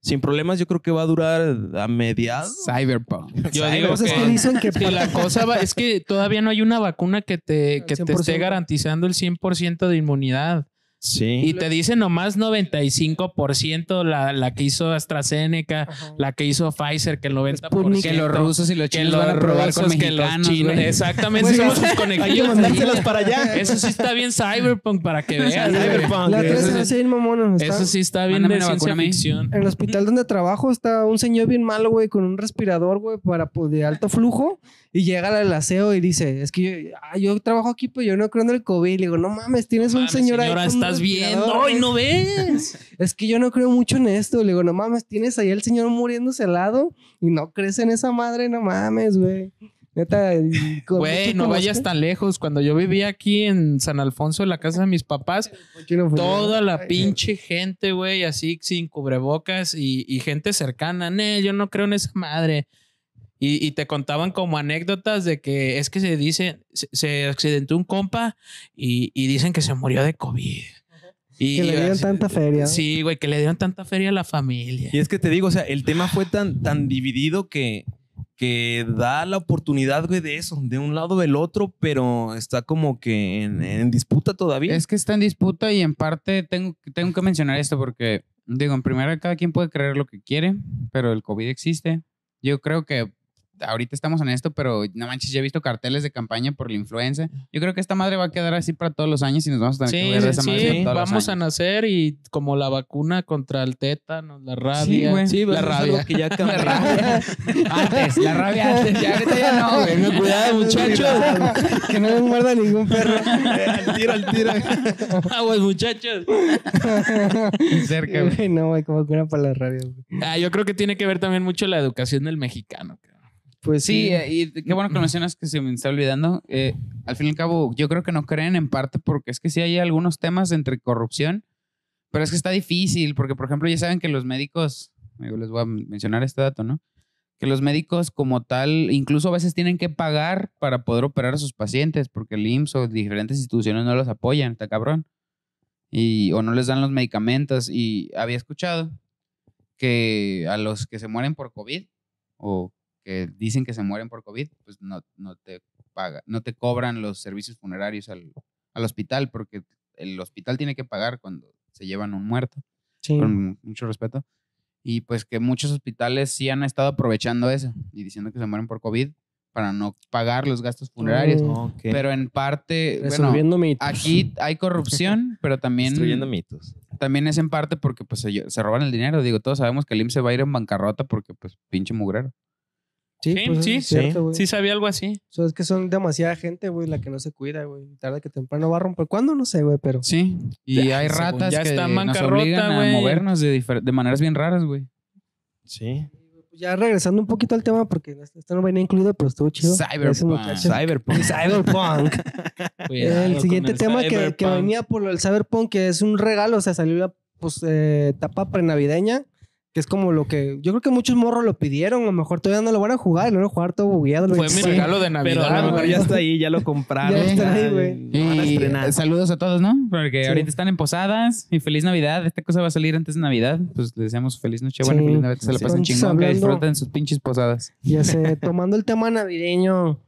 sin problemas yo creo que va a durar a mediados. Cyberpunk. Yo Ay, digo pues es que que, dicen que que la cosa va, es que todavía no hay una vacuna que te, que te 100%. esté garantizando el 100% de inmunidad. Sí. Y te dice nomás 95% la, la que hizo AstraZeneca, la que hizo Pfizer, que el 90%. Sputnik. Que los rusos y los que chinos van a los probar con rusos, que los mexicanos, chinos. güey. Exactamente, Pues, somos sus Hay que conejillos. mandárselas para allá. Eso sí está bien cyberpunk para que veas. Sí, güey. Cyberpunk. La otra Eso vez sí. se me hacía bien mamón. estaba- Eso sí está bien Mándame de una vacuna ciencia a mí. ficción. En el hospital donde trabajo está un señor bien malo, güey, con un respirador, güey, para, pues, de alto flujo. Y llega al aseo y dice, es que yo, ah, yo trabajo aquí, pero yo no creo en el COVID. Le digo, no mames, tienes un Mames, señor ahí. señora, con un ¿eh? estás viendo. respirador, ¡Ay, no ves! Es que yo no creo mucho en esto. Le digo, no mames, tienes ahí al señor muriéndose al lado y no crees en esa madre, no mames, güey. Neta, y con Güey, mucho no conozco- vayas tan lejos. Cuando yo vivía aquí en San Alfonso, en la casa de mis papás, Chino, pues, toda la ay, pinche gente, güey, así sin cubrebocas y, y gente cercana. "Ne, yo no creo en esa madre. Y, y te contaban como anécdotas de que es que se dice, se, se accidentó un compa y, y dicen que se murió de COVID. Y, Que y le dieron así- tanta feria. Sí, güey, que le dieron tanta feria a la familia. Y es que te digo, o sea, el tema fue tan, tan dividido que, que da la oportunidad, güey, de eso, de un lado del otro, pero está como que en, en disputa todavía. Es que está en disputa y en parte tengo, tengo que mencionar esto porque, digo, en primera cada quien puede creer lo que quiere, pero el COVID existe. Yo creo que ahorita estamos en esto, pero no manches, ya he visto carteles de campaña por la influenza. Yo creo que esta madre va a quedar así para todos los años y nos vamos a tener que Sí, cuidar de sí, esa madre sí, para todos los vamos a años. nacer y como la vacuna contra el tétano, la Sí, rabia, güey. Sí, la pues, eso es rabia. lo que ya cambió. La rabia. Antes, la rabia antes, ya ahorita ya no, güey. Tengan cuidado, muchachos. que no les muerda ningún perro. al tiro, al tiro. Aguas, muchachos. Ni cerca, güey. Güey, no, güey, como que una para la radio, güey. Ah, yo creo que tiene que ver también mucho la educación del mexicano. creo. Pues Sí, eh, y qué bueno que lo mencionas que se me está olvidando. Eh, al fin y al cabo, yo creo que no creen en parte porque es que sí hay algunos temas entre corrupción, pero es que está difícil porque, por ejemplo, ya saben que los médicos, digo, les voy a men- mencionar este dato, ¿no? Que los médicos como tal, incluso a veces tienen que pagar para poder operar a sus pacientes porque el IMSS o diferentes instituciones no los apoyan, está cabrón. Y, o no les dan los medicamentos. Y había escuchado que a los que se mueren por COVID o que dicen que se mueren por COVID, pues no, no te paga, no te cobran los servicios funerarios al, al hospital, porque el hospital tiene que pagar cuando se llevan un muerto, sí. con mucho respeto. Y pues que muchos hospitales sí han estado aprovechando eso y diciendo que se mueren por COVID para no pagar los gastos funerarios. Mm. Ok. Pero en eh, parte, bueno, Resolviendo mitos. aquí hay corrupción, pero también Destruyendo mitos. también es en parte porque pues se, lle- se roban el dinero. Digo, todos sabemos que el IMSS se va a ir en bancarrota porque pues pinche mugrero. Sí, Sí, pues, eso sí, es cierto, güey. Sí sabía algo así. O sea, es que son demasiada gente, güey, la que no se cuida, güey. Tarde que temprano va a romper. ¿Cuándo? No sé, güey, pero... Sí. Y Ya, hay según ratas ya que está nos bancarrota, obligan a güey. movernos de, difer- de maneras bien raras, güey. Sí. Ya regresando un poquito al tema, porque esto no venía incluido, pero estuvo chido. Cyberpunk. Ese muchacho. Cyberpunk. Cyberpunk. Cuidado el con siguiente el tema que, que cyberpunk. venía por lo del Cyberpunk, que es un regalo, o sea, salió la pues, eh, etapa prenavideña, que es como lo que yo creo que muchos morros lo pidieron, a lo mejor todavía no lo van a jugar, lo van a jugar todo bugueado. Fue mi regalo de Pero ah, Ah, Navidad. a lo güey. mejor ya está ahí, ya lo compraron. Ya está ahí, ya güey. lo van a Y estrenar. eh, saludos a todos, ¿no? Porque Sí. ahorita están en posadas y feliz Navidad. Esta cosa va a salir antes de Navidad. Pues les deseamos feliz noche, buena, Sí. feliz Navidad. Que se la Sí. pasen Entonces, chingón, que hablando- disfruten sus pinches posadas. Ya sé, tomando el tema navideño,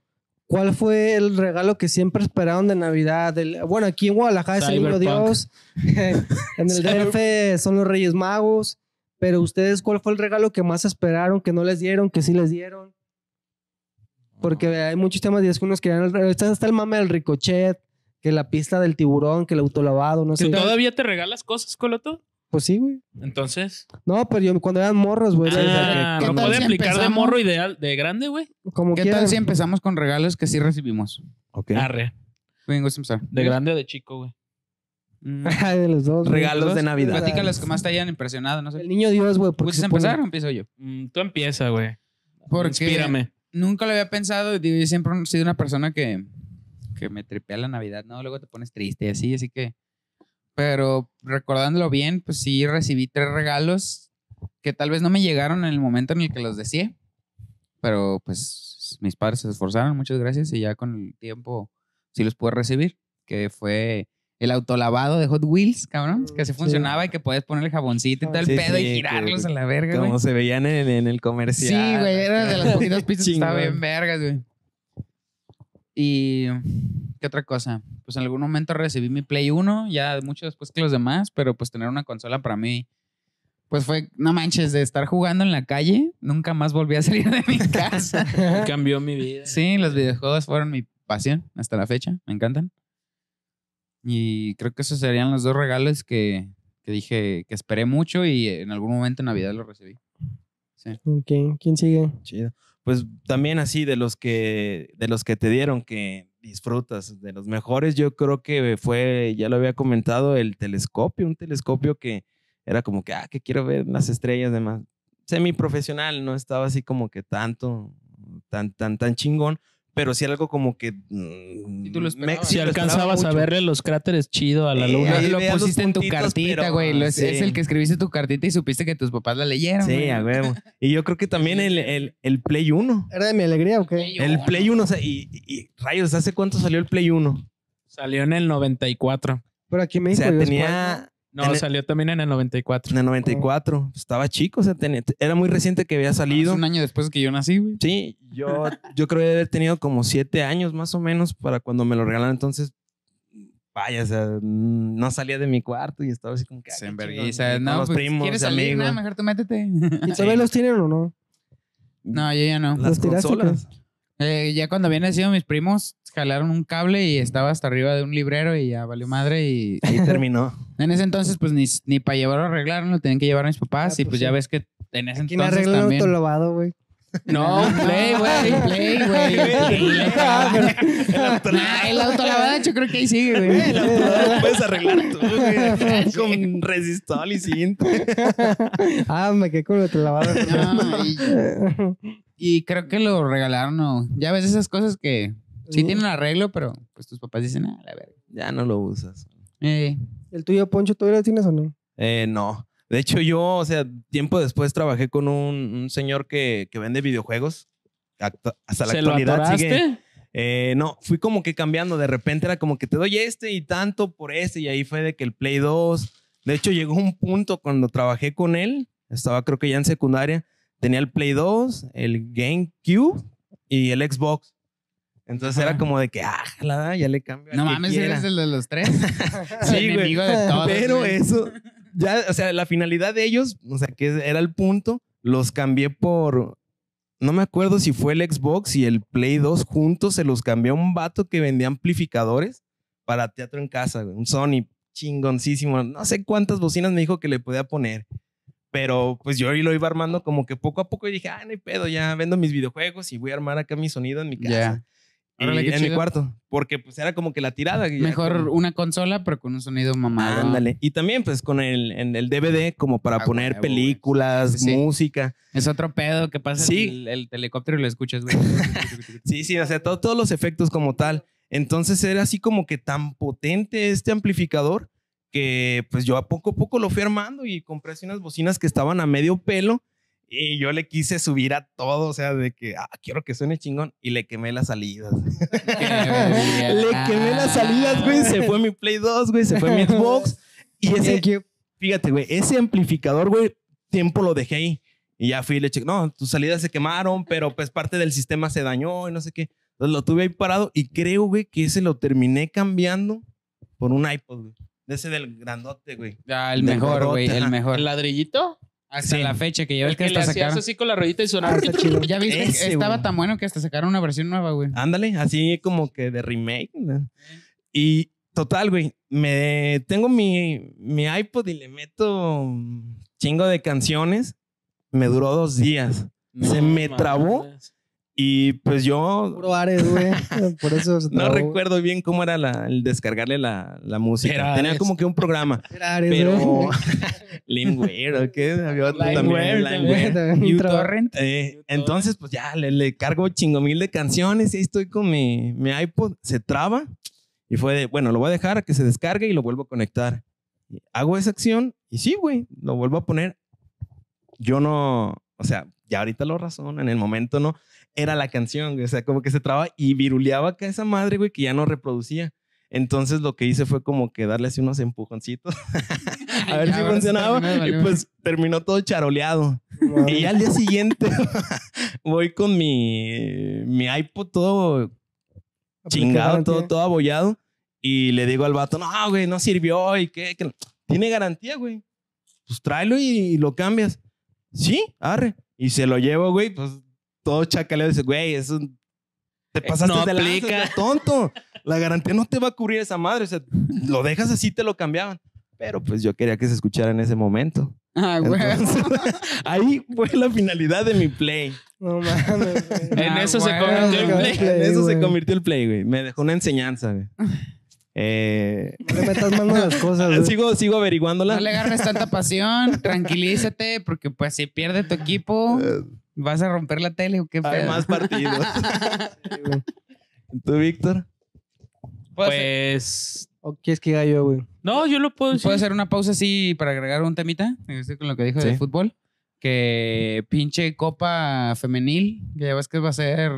¿cuál fue el regalo que siempre esperaron de Navidad? El- bueno, aquí en Guadalajara es el niño Cyberpunk. Dios, en el DF son los Reyes Magos, pero ustedes, ¿cuál fue el regalo que más esperaron, que no les dieron, que sí les dieron? Porque hay muchos temas y es que unos querían, el, está, está el mame del ricochet, que la pista del tiburón, que el autolavado, no ¿Que sé. ¿Todavía te regalas cosas, Coloto? Pues sí, güey. Entonces. No, pero yo cuando eran morros, güey, Ah, ¿qué ¿No tal puede si aplicar de empezamos? morro ideal de grande, güey? como ¿Qué tal quieran. si empezamos con regalos que sí recibimos? Ok. Arre. Vengo a empezar. De grande o de chico, güey. Mm. Ay, de los dos. güey. Regalos de Navidad. Platica los que más te hayan impresionado, no sé. El niño Dios, güey. porque ¿Puedes se Pues, empezar pone- o empiezo yo? Mm, tú empieza, güey. Porque Inspírame. nunca lo había pensado. Digo, yo siempre he sido una persona que, que me tripea la Navidad, ¿no? Luego te pones triste y así, así que... Pero recordándolo bien, pues sí recibí tres regalos que tal vez no me llegaron en el momento en el que los deseé. Pero pues mis padres se esforzaron, muchas gracias. Y ya con el tiempo sí los pude recibir. Que fue el autolavado de Hot Wheels, cabrón, que se Sí. funcionaba y que podías ponerle jaboncito y todo el Ah, Sí, pedo sí, y que- girarlos a la verga, güey. Como se veían en, en el Sí, comercial. güey, era de las poquitas pizzas que estaba Chingón. bien vergas, güey. Y qué otra cosa, pues en algún momento recibí mi Play 1, ya mucho después que los demás, pero pues tener una consola para mí pues fue, no manches, de estar jugando en la calle, nunca más volví a salir de mi casa. Cambió mi vida. Sí, los videojuegos fueron mi pasión hasta la fecha. Me encantan. Y creo que esos serían los dos regalos que, que dije que esperé mucho y en algún momento en Navidad los recibí. Ok, ¿Quién sigue? Chido. Pues también así de los que de los que te dieron que disfrutas de los mejores, yo creo que fue ya lo había comentado el telescopio, un telescopio que era como que ah que quiero ver las estrellas demás. Semi profesional, no estaba así como que tanto tan tan tan chingón, pero sí algo como que mm, Sí, tú lo me- esperabas. sí Si lo esperaba alcanzabas a mucho. verle los cráteres chido a la Eh, luna. ahí lo veas los pusiste en tu puntitos, cartita, pero- güey. lo Es, sí. es el que escribiste tu cartita y supiste que tus papás la leyeron. Sí, güey. a huevo. Y yo creo que también el, el, el Play 1. ¿Era de mi alegría o qué? El Play 1, o sea, y, y- y rayos, ¿hace cuánto salió el Play 1? Salió en el 94. Pero aquí me O dijo. sea, tenía No, En el- salió también en el 94. en el 94, estaba chico, o sea, tenía- era muy reciente que había salido. Ah, Un año después que yo nací, güey. Sí, yo, yo creo que haber tenido como siete años más o menos para cuando me lo regalaron, entonces, vaya, o sea, mm, no salía de mi cuarto y estaba así como que... ah, Se qué enverguiza. chingón, con No, los pues, primos, ¿quieres salir? amigos. Nada, mejor tú métete. ¿Y todavía los tienen o no? no, yo ya no. Las ¿Los tiraste o qué? consolas. Eh, ya cuando habían nacido mis primos, jalaron un cable y estaba hasta arriba de un librero y ya valió madre y Ahí terminó. En ese entonces, pues ni, ni para llevarlo a arreglar, lo tenían que llevar a mis papás. Ah, y pues pues, ya sí. ves que en ese ¿Quién entonces arregla un también. autolavado, güey? No, un play, güey. Play, güey. Nah, el autolavado, yo creo que ahí sigue, güey. El autolavado lo puedes arreglar tú, güey, Con resistol y cinta. ah, me quedé con el autolavado. Ah, No, y, y creo que lo regalaron. o- Ya ves esas cosas que sí tienen arreglo, pero pues tus papás dicen, ah, la verga. Ya no lo usas. Eh, ¿El tuyo, Poncho, todavía lo tienes o no? Eh, no. De hecho, yo, o sea, tiempo después trabajé con un, un señor que, que vende videojuegos. Actu- Hasta la ¿Se lo actualidad atoraste? sigue. Eh, no, fui como que cambiando. De repente era como que te doy este y tanto por este. Y ahí fue de que el Play 2. De hecho, llegó un punto cuando trabajé con él. Estaba creo que ya en secundaria. Tenía el Play 2, el GameCube y el Xbox. Entonces era Ajá. como de que, ah, jala, ya le cambio. al no que mames, quiera". eres el de los tres. Sí, el güey. enemigo de todos. Pero güey. eso, ya, o sea, la finalidad de ellos, o sea, que era el punto, los cambié por. No me acuerdo si fue el Xbox y el Play 2 juntos, se los cambió a un vato que vendía amplificadores para teatro en casa, güey, un Sony chingoncísimo. No sé cuántas bocinas me dijo que le podía poner. Pero pues yo ahí lo iba armando como que poco a poco y dije, ah, no hay pedo, ya vendo mis videojuegos y voy a armar acá mi sonido en mi casa. Ya. Y Órale, qué en mi chido. cuarto. Porque pues era como que la tirada. que ya Mejor como- una consola, pero con un sonido mamado. Ándale. Y también, pues, con el, en el DVD, como para Ah, poner huevo, güey. películas, Sí. música. Es otro pedo que pasa Sí. el, el helicóptero y lo escuchas, güey. Sí, sí, o sea, todo- todos los efectos como tal. Entonces era así como que tan potente este amplificador que pues yo a poco a poco lo fui armando y compré así unas bocinas que estaban a medio pelo y yo le quise subir a todo, o sea, de que ah, quiero que suene chingón y le quemé las salidas. eh, le quemé las salidas, güey, se fue mi Play 2, güey, se fue mi Xbox y ese GameCube. Fíjate, güey, ese amplificador, güey, tiempo lo dejé ahí. Y ya fui y le chequé, no, tus salidas se quemaron, pero pues parte del sistema se dañó y no sé qué. Entonces lo tuve ahí parado y creo, güey, que ese lo terminé cambiando por un iPod, güey. De ese del grandote, güey. Ah, el Del mejor, güey, borrote, el ajá. mejor. ¿El ladrillito? Hasta Sí. la fecha que ya El ves que que le hasta hacías sacaron. así con la ruedita y Ah, sonaba. está chido. Ya viste, Ese, que estaba güey. tan bueno que hasta sacaron una versión nueva, güey. Ándale, así como que de remake. ¿no? Y total, güey, me tengo mi, mi iPod y le meto un chingo de canciones. Me duró dos días. Se me trabó. mames. Y pues yo... Puro Ares, güey. Por eso se No trabó. recuerdo bien cómo era la- el descargarle la, la música. Era Tenía Ares. como que un programa, Era Ares, pero güey. Limeware o qué, había otro Limeware también, también. Limeware. También Y trabó. Torrent. Eh, Todo. entonces, pues ya le, le cargo chingo mil de canciones y ahí estoy con mi, mi iPod, se traba y fue de, bueno, lo voy a dejar a que se descargue y lo vuelvo a conectar. Hago esa acción y sí, güey, lo vuelvo a poner. Yo no, o sea, ya ahorita lo razón, en el momento no, era la canción, güey, o sea, como que se traba y viruleaba acá esa madre, güey, que ya no reproducía. Entonces lo que hice fue como que darle así unos empujoncitos a ver Ya, ahora si sí funcionaba terminó de y valer. pues terminó todo charoleado. Y ya al día siguiente voy con mi, mi iPod todo chingado, todo, todo abollado y le digo al vato, no, güey, no sirvió y qué, que no". tiene garantía, güey. Pues tráelo y, y lo cambias. Sí, arre. Y se lo llevo, güey, pues todo chacaleo dice, güey, eso te pasaste Eh, no de lanza, aplica. estás tonto. La garantía no te va a cubrir esa madre, o sea, lo dejas así te lo cambiaban. Pero pues yo quería que se escuchara en ese momento. Ah, güey. Entonces, ahí fue la finalidad de mi play. No mames, güey. En Ah, eso se güey. convirtió el play. En eso se güey. convirtió el play, güey. Me dejó una enseñanza, güey. Eh, No le metas mano a las cosas, güey. sigo, sigo averiguándola. No le agarres tanta pasión, tranquilízate, porque pues si pierde tu equipo, Eh, vas a romper la tele o qué pedo. Hay más partidos. ¿Tú, Víctor? ¿Puedo, hacer, Pues. ¿O quieres que diga yo, güey? No, yo lo puedo decir. puedo hacer una pausa así para agregar un temita? Este, Con lo que dijo Sí. de fútbol. Que pinche copa femenil, que ya ves que va a ser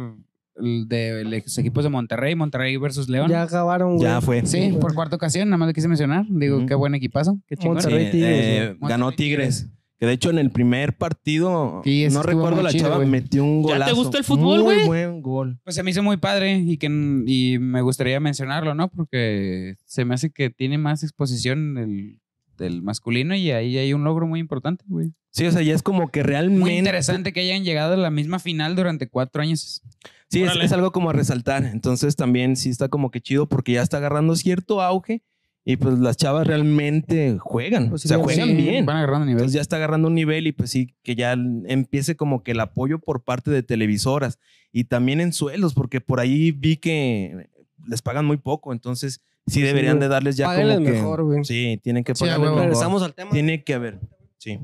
el de los equipos de Monterrey, Monterrey versus León. Ya acabaron, güey. Ya fue. Sí, por cuarta ocasión, nada más lo quise mencionar. Digo, Ujú. qué buen equipazo. Qué chingón. Sí, Monterrey Tigres, eh, güey. ganó Monterrey Tigres. Que de hecho en el primer partido, Sí, ese no estuvo recuerdo muy la chido, chava, güey. metió un ¿Ya te golazo. gusta el fútbol, güey? Muy buen gol. Pues se me hizo muy padre y que y me gustaría mencionarlo, ¿no? Porque se me hace que tiene más exposición el del masculino y ahí hay un logro muy importante, güey. Sí, o sea, ya es como que realmente... Muy interesante que hayan llegado a la misma final durante cuatro años. Sí, es, Órale. es algo como a resaltar. Entonces también sí está como que chido porque ya está agarrando cierto auge y pues las chavas realmente juegan. Pues sí, o sea, bien. juegan Sí, bien. Van agarrando nivel. Entonces ya está agarrando un nivel y pues sí, que ya empiece como que el apoyo por parte de televisoras y también en suelos, porque por ahí vi que les pagan muy poco, entonces Pues sí deberían güey. de darles ya Págales como que... mejor, güey. Sí, tienen que Sí, a pagarles huevo. mejor. Regresamos al tema. Tiene que haber, sí.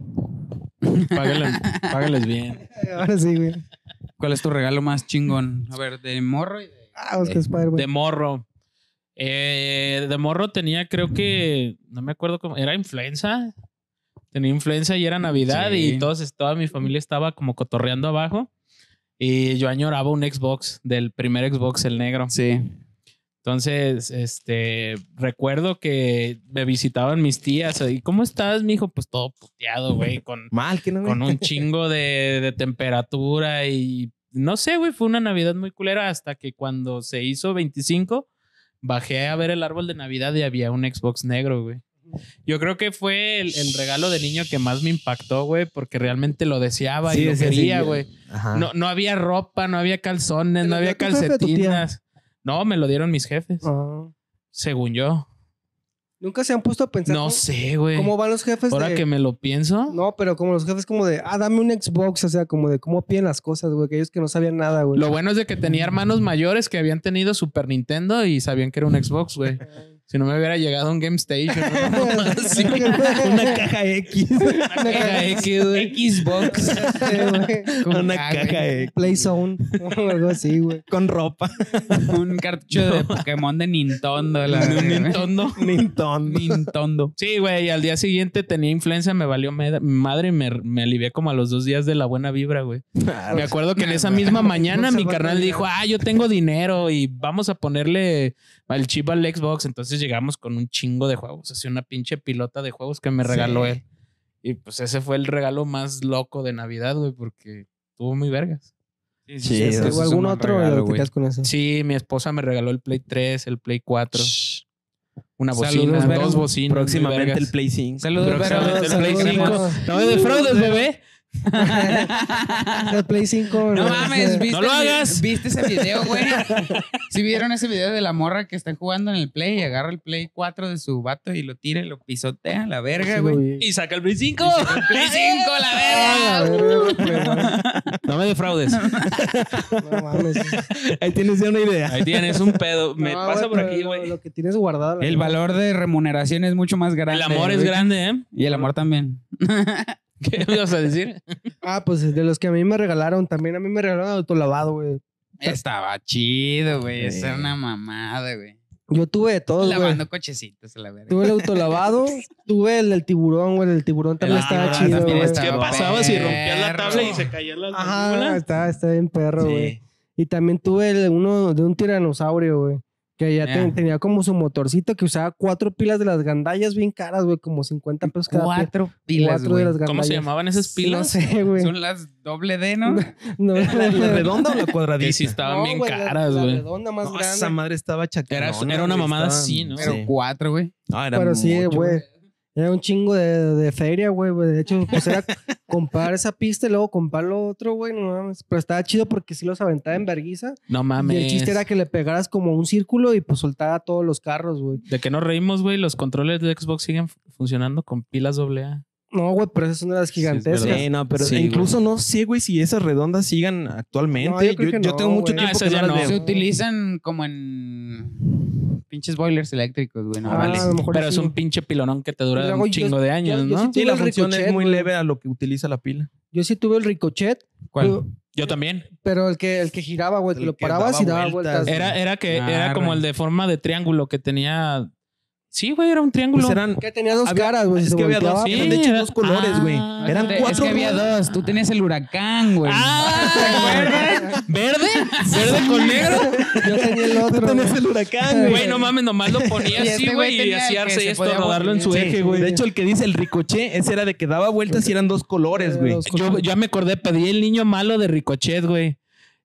Págales, págales bien. Ahora sí, güey. ¿Cuál es tu regalo más chingón? A ver, de morro y de... Ah, es que es padre, güey. De morro. Eh, de morro tenía, creo que. No me acuerdo cómo. Era influenza. Tenía influenza y era Navidad Sí. y todos, toda mi familia estaba como cotorreando abajo. Y yo añoraba un Xbox, del primer Xbox, el negro. Sí. Entonces, este, recuerdo que me visitaban mis tías. ¿Y cómo estás, mijo? Pues todo puteado, güey, con, Mal que no... güey? con un chingo de, de temperatura y no sé, güey, fue una Navidad muy culera hasta que cuando se hizo 25, bajé a ver el árbol de Navidad y había un Xbox negro, güey. Yo creo que fue el, el regalo de niño que más me impactó, güey, porque realmente lo deseaba Sí, y lo sí, sí, quería, ya. güey. Ajá. No, no había ropa, no había ¿Te calzones, lo no había dio Ah. tu jefe o tu tía? calcetinas. No, me lo dieron mis jefes, Ah. según yo. Nunca se han puesto a pensar No cómo, sé, güey. cómo este? van los jefes Ahora de- que me lo pienso, No, pero como los jefes como de, ah, dame un Xbox, o sea, como de cómo piden las cosas, güey, que ellos que no sabían nada, güey. Lo bueno es de que tenía hermanos mayores que habían tenido Super Nintendo y sabían que era un Xbox, güey. Si no me hubiera llegado un Game Station, ¿no? Sí, Una caja X. una caja X, güey. "Ah, Xbox. Con Una K, güey. caja X. Playzone o algo así, güey. Con ropa. Un cartucho de Pokémon de Nintendo. La Un Nintendo. Nintendo. Nintendo. Sí, güey. Y al día siguiente tenía influenza, me valió med- madre y me, me alivié como a los dos días de la buena vibra, güey. Ah, Me acuerdo que en esa misma mañana mi carnal dijo, ah, yo tengo dinero y vamos a ponerle al chip al Xbox. Entonces llegamos con un chingo de juegos, así una pinche pilota de juegos que me regaló Sí. él. Y pues ese fue el regalo más loco de Navidad, güey, porque tuvo muy vergas. Sí, sí, Sí, eso güey, es Este, algún otro güey, lo que te quedas con eso. Sí, mi esposa me regaló el Play 3, el Play 4, una Saludos, bocina, Vero. dos bocinas. muy Próximamente vergas. el Play 5. Saludos, Próximamente Vero. el Play Te queremos. cinco. No me defraudes, bebé. El Play este, 5. No mames, ¿viste, No lo el vi- hagas. ¿Viste ese video, güey? Si vieron ese video de la morra que está jugando en el Play y agarra el Play 4 de su vato y lo tira y lo pisotea a la verga, güey. Y saca el Play 5. El Play 5, Ah, la verga. No me defraudes. No mames. Ahí tienes ya una idea. Ahí tienes un pedo. Me No, pasa por pero aquí, lo- güey. Lo que tienes guardado. la El verdad. valor de remuneración es mucho más grande. El amor es güey. grande, ¿eh? Y el amor también. ¿Qué me ibas a decir? Ah, pues de los que a mí me regalaron, también a mí me regalaron autolavado, güey. Estaba chido, güey. Sí. Esa era una mamada, güey. Yo tuve de todo, güey. Lavando cochecitos a la verga. Tuve el autolavado, tuve el del tiburón, güey. El del tiburón también del estaba tiburón chido, también güey. estaba- ¿Qué pasaba si rompías la perro. tabla y se caían las Ajá, mandíbulas? está, está bien perro, güey. Sí. Y también tuve el- uno de un tiranosaurio, güey. Que ya te- Ya. tenía como su motorcito que usaba cuatro pilas de las gandallas bien caras, güey, como 50 pesos cada pila. Cuatro pilas, Cuatro de güey. las gandallas. ¿Cómo se llamaban esas No pilas? sé, güey. Son las doble D, ¿no? No, ¿La, la redonda o la Que sí cuadradita? estaban No, bien güey, la- caras, la güey. redonda más No, grande. esa madre estaba Ah, Era- chacana. era una mamada así, ¿no? Pero cuatro, güey. Pero sí, güey. Era un chingo de, de feria, güey. güey. De hecho, pues era comprar esa pista y luego comprar lo otro, güey. No mames. Pero estaba chido porque sí los aventaba en verguiza. No Y mames. el chiste era que le pegaras como un círculo y pues soltaba todos los carros, güey. De que nos reímos, güey. Los controles de Xbox siguen fu- funcionando con pilas AA. No, güey, pero esas son de las es gigantescas. verdad. Sí, no, pero Sí, incluso no sé, güey, si esas redondas sigan actualmente. No, yo creo que no, tengo mucho güey. tiempo No, que esas ya no las no. Se veo. utilizan como en pinches boilers eléctricos, güey. No, Ah, vale. a lo mejor Pero sí. es un pinche pilonón que te Y dura luego un yo- chingo de años, yo ¿no? sí- Sí, la el función es ricochet, muy güey. leve a lo que utiliza la pila. Yo sí tuve el ricochet, ¿Cuál? pero- Yo también. pero el que, el que giraba, güey, que El lo que parabas daba y daba vueltas, vueltas. güey. Era, era que era Ah, como re. el de forma de triángulo que tenía. Sí, güey, era un triángulo. Pues eran, Que tenía dos Había- caras, güey. si es se que había dos, volteaba, sí. eran de hecho era- dos colores, güey. Ah, eran este, Es que- cuatro. Es que había güey. dos. Tú tenías el huracán, güey. ¡Ah! ¿Verde? ¿Verde con negro? Yo tenía el Tú otro. tenías güey. el huracán, Güey, no mames, nomás lo ponía Y así, este güey güey, y tenía hacía que arce y se esto, podía rodarlo en su mover. eje, güey. De hecho, el que dice el ricoché, ese era de que daba vueltas y eran dos colores, güey. Dos Yo, yo ya me acordé, pedí el niño malo de Ricochet, güey.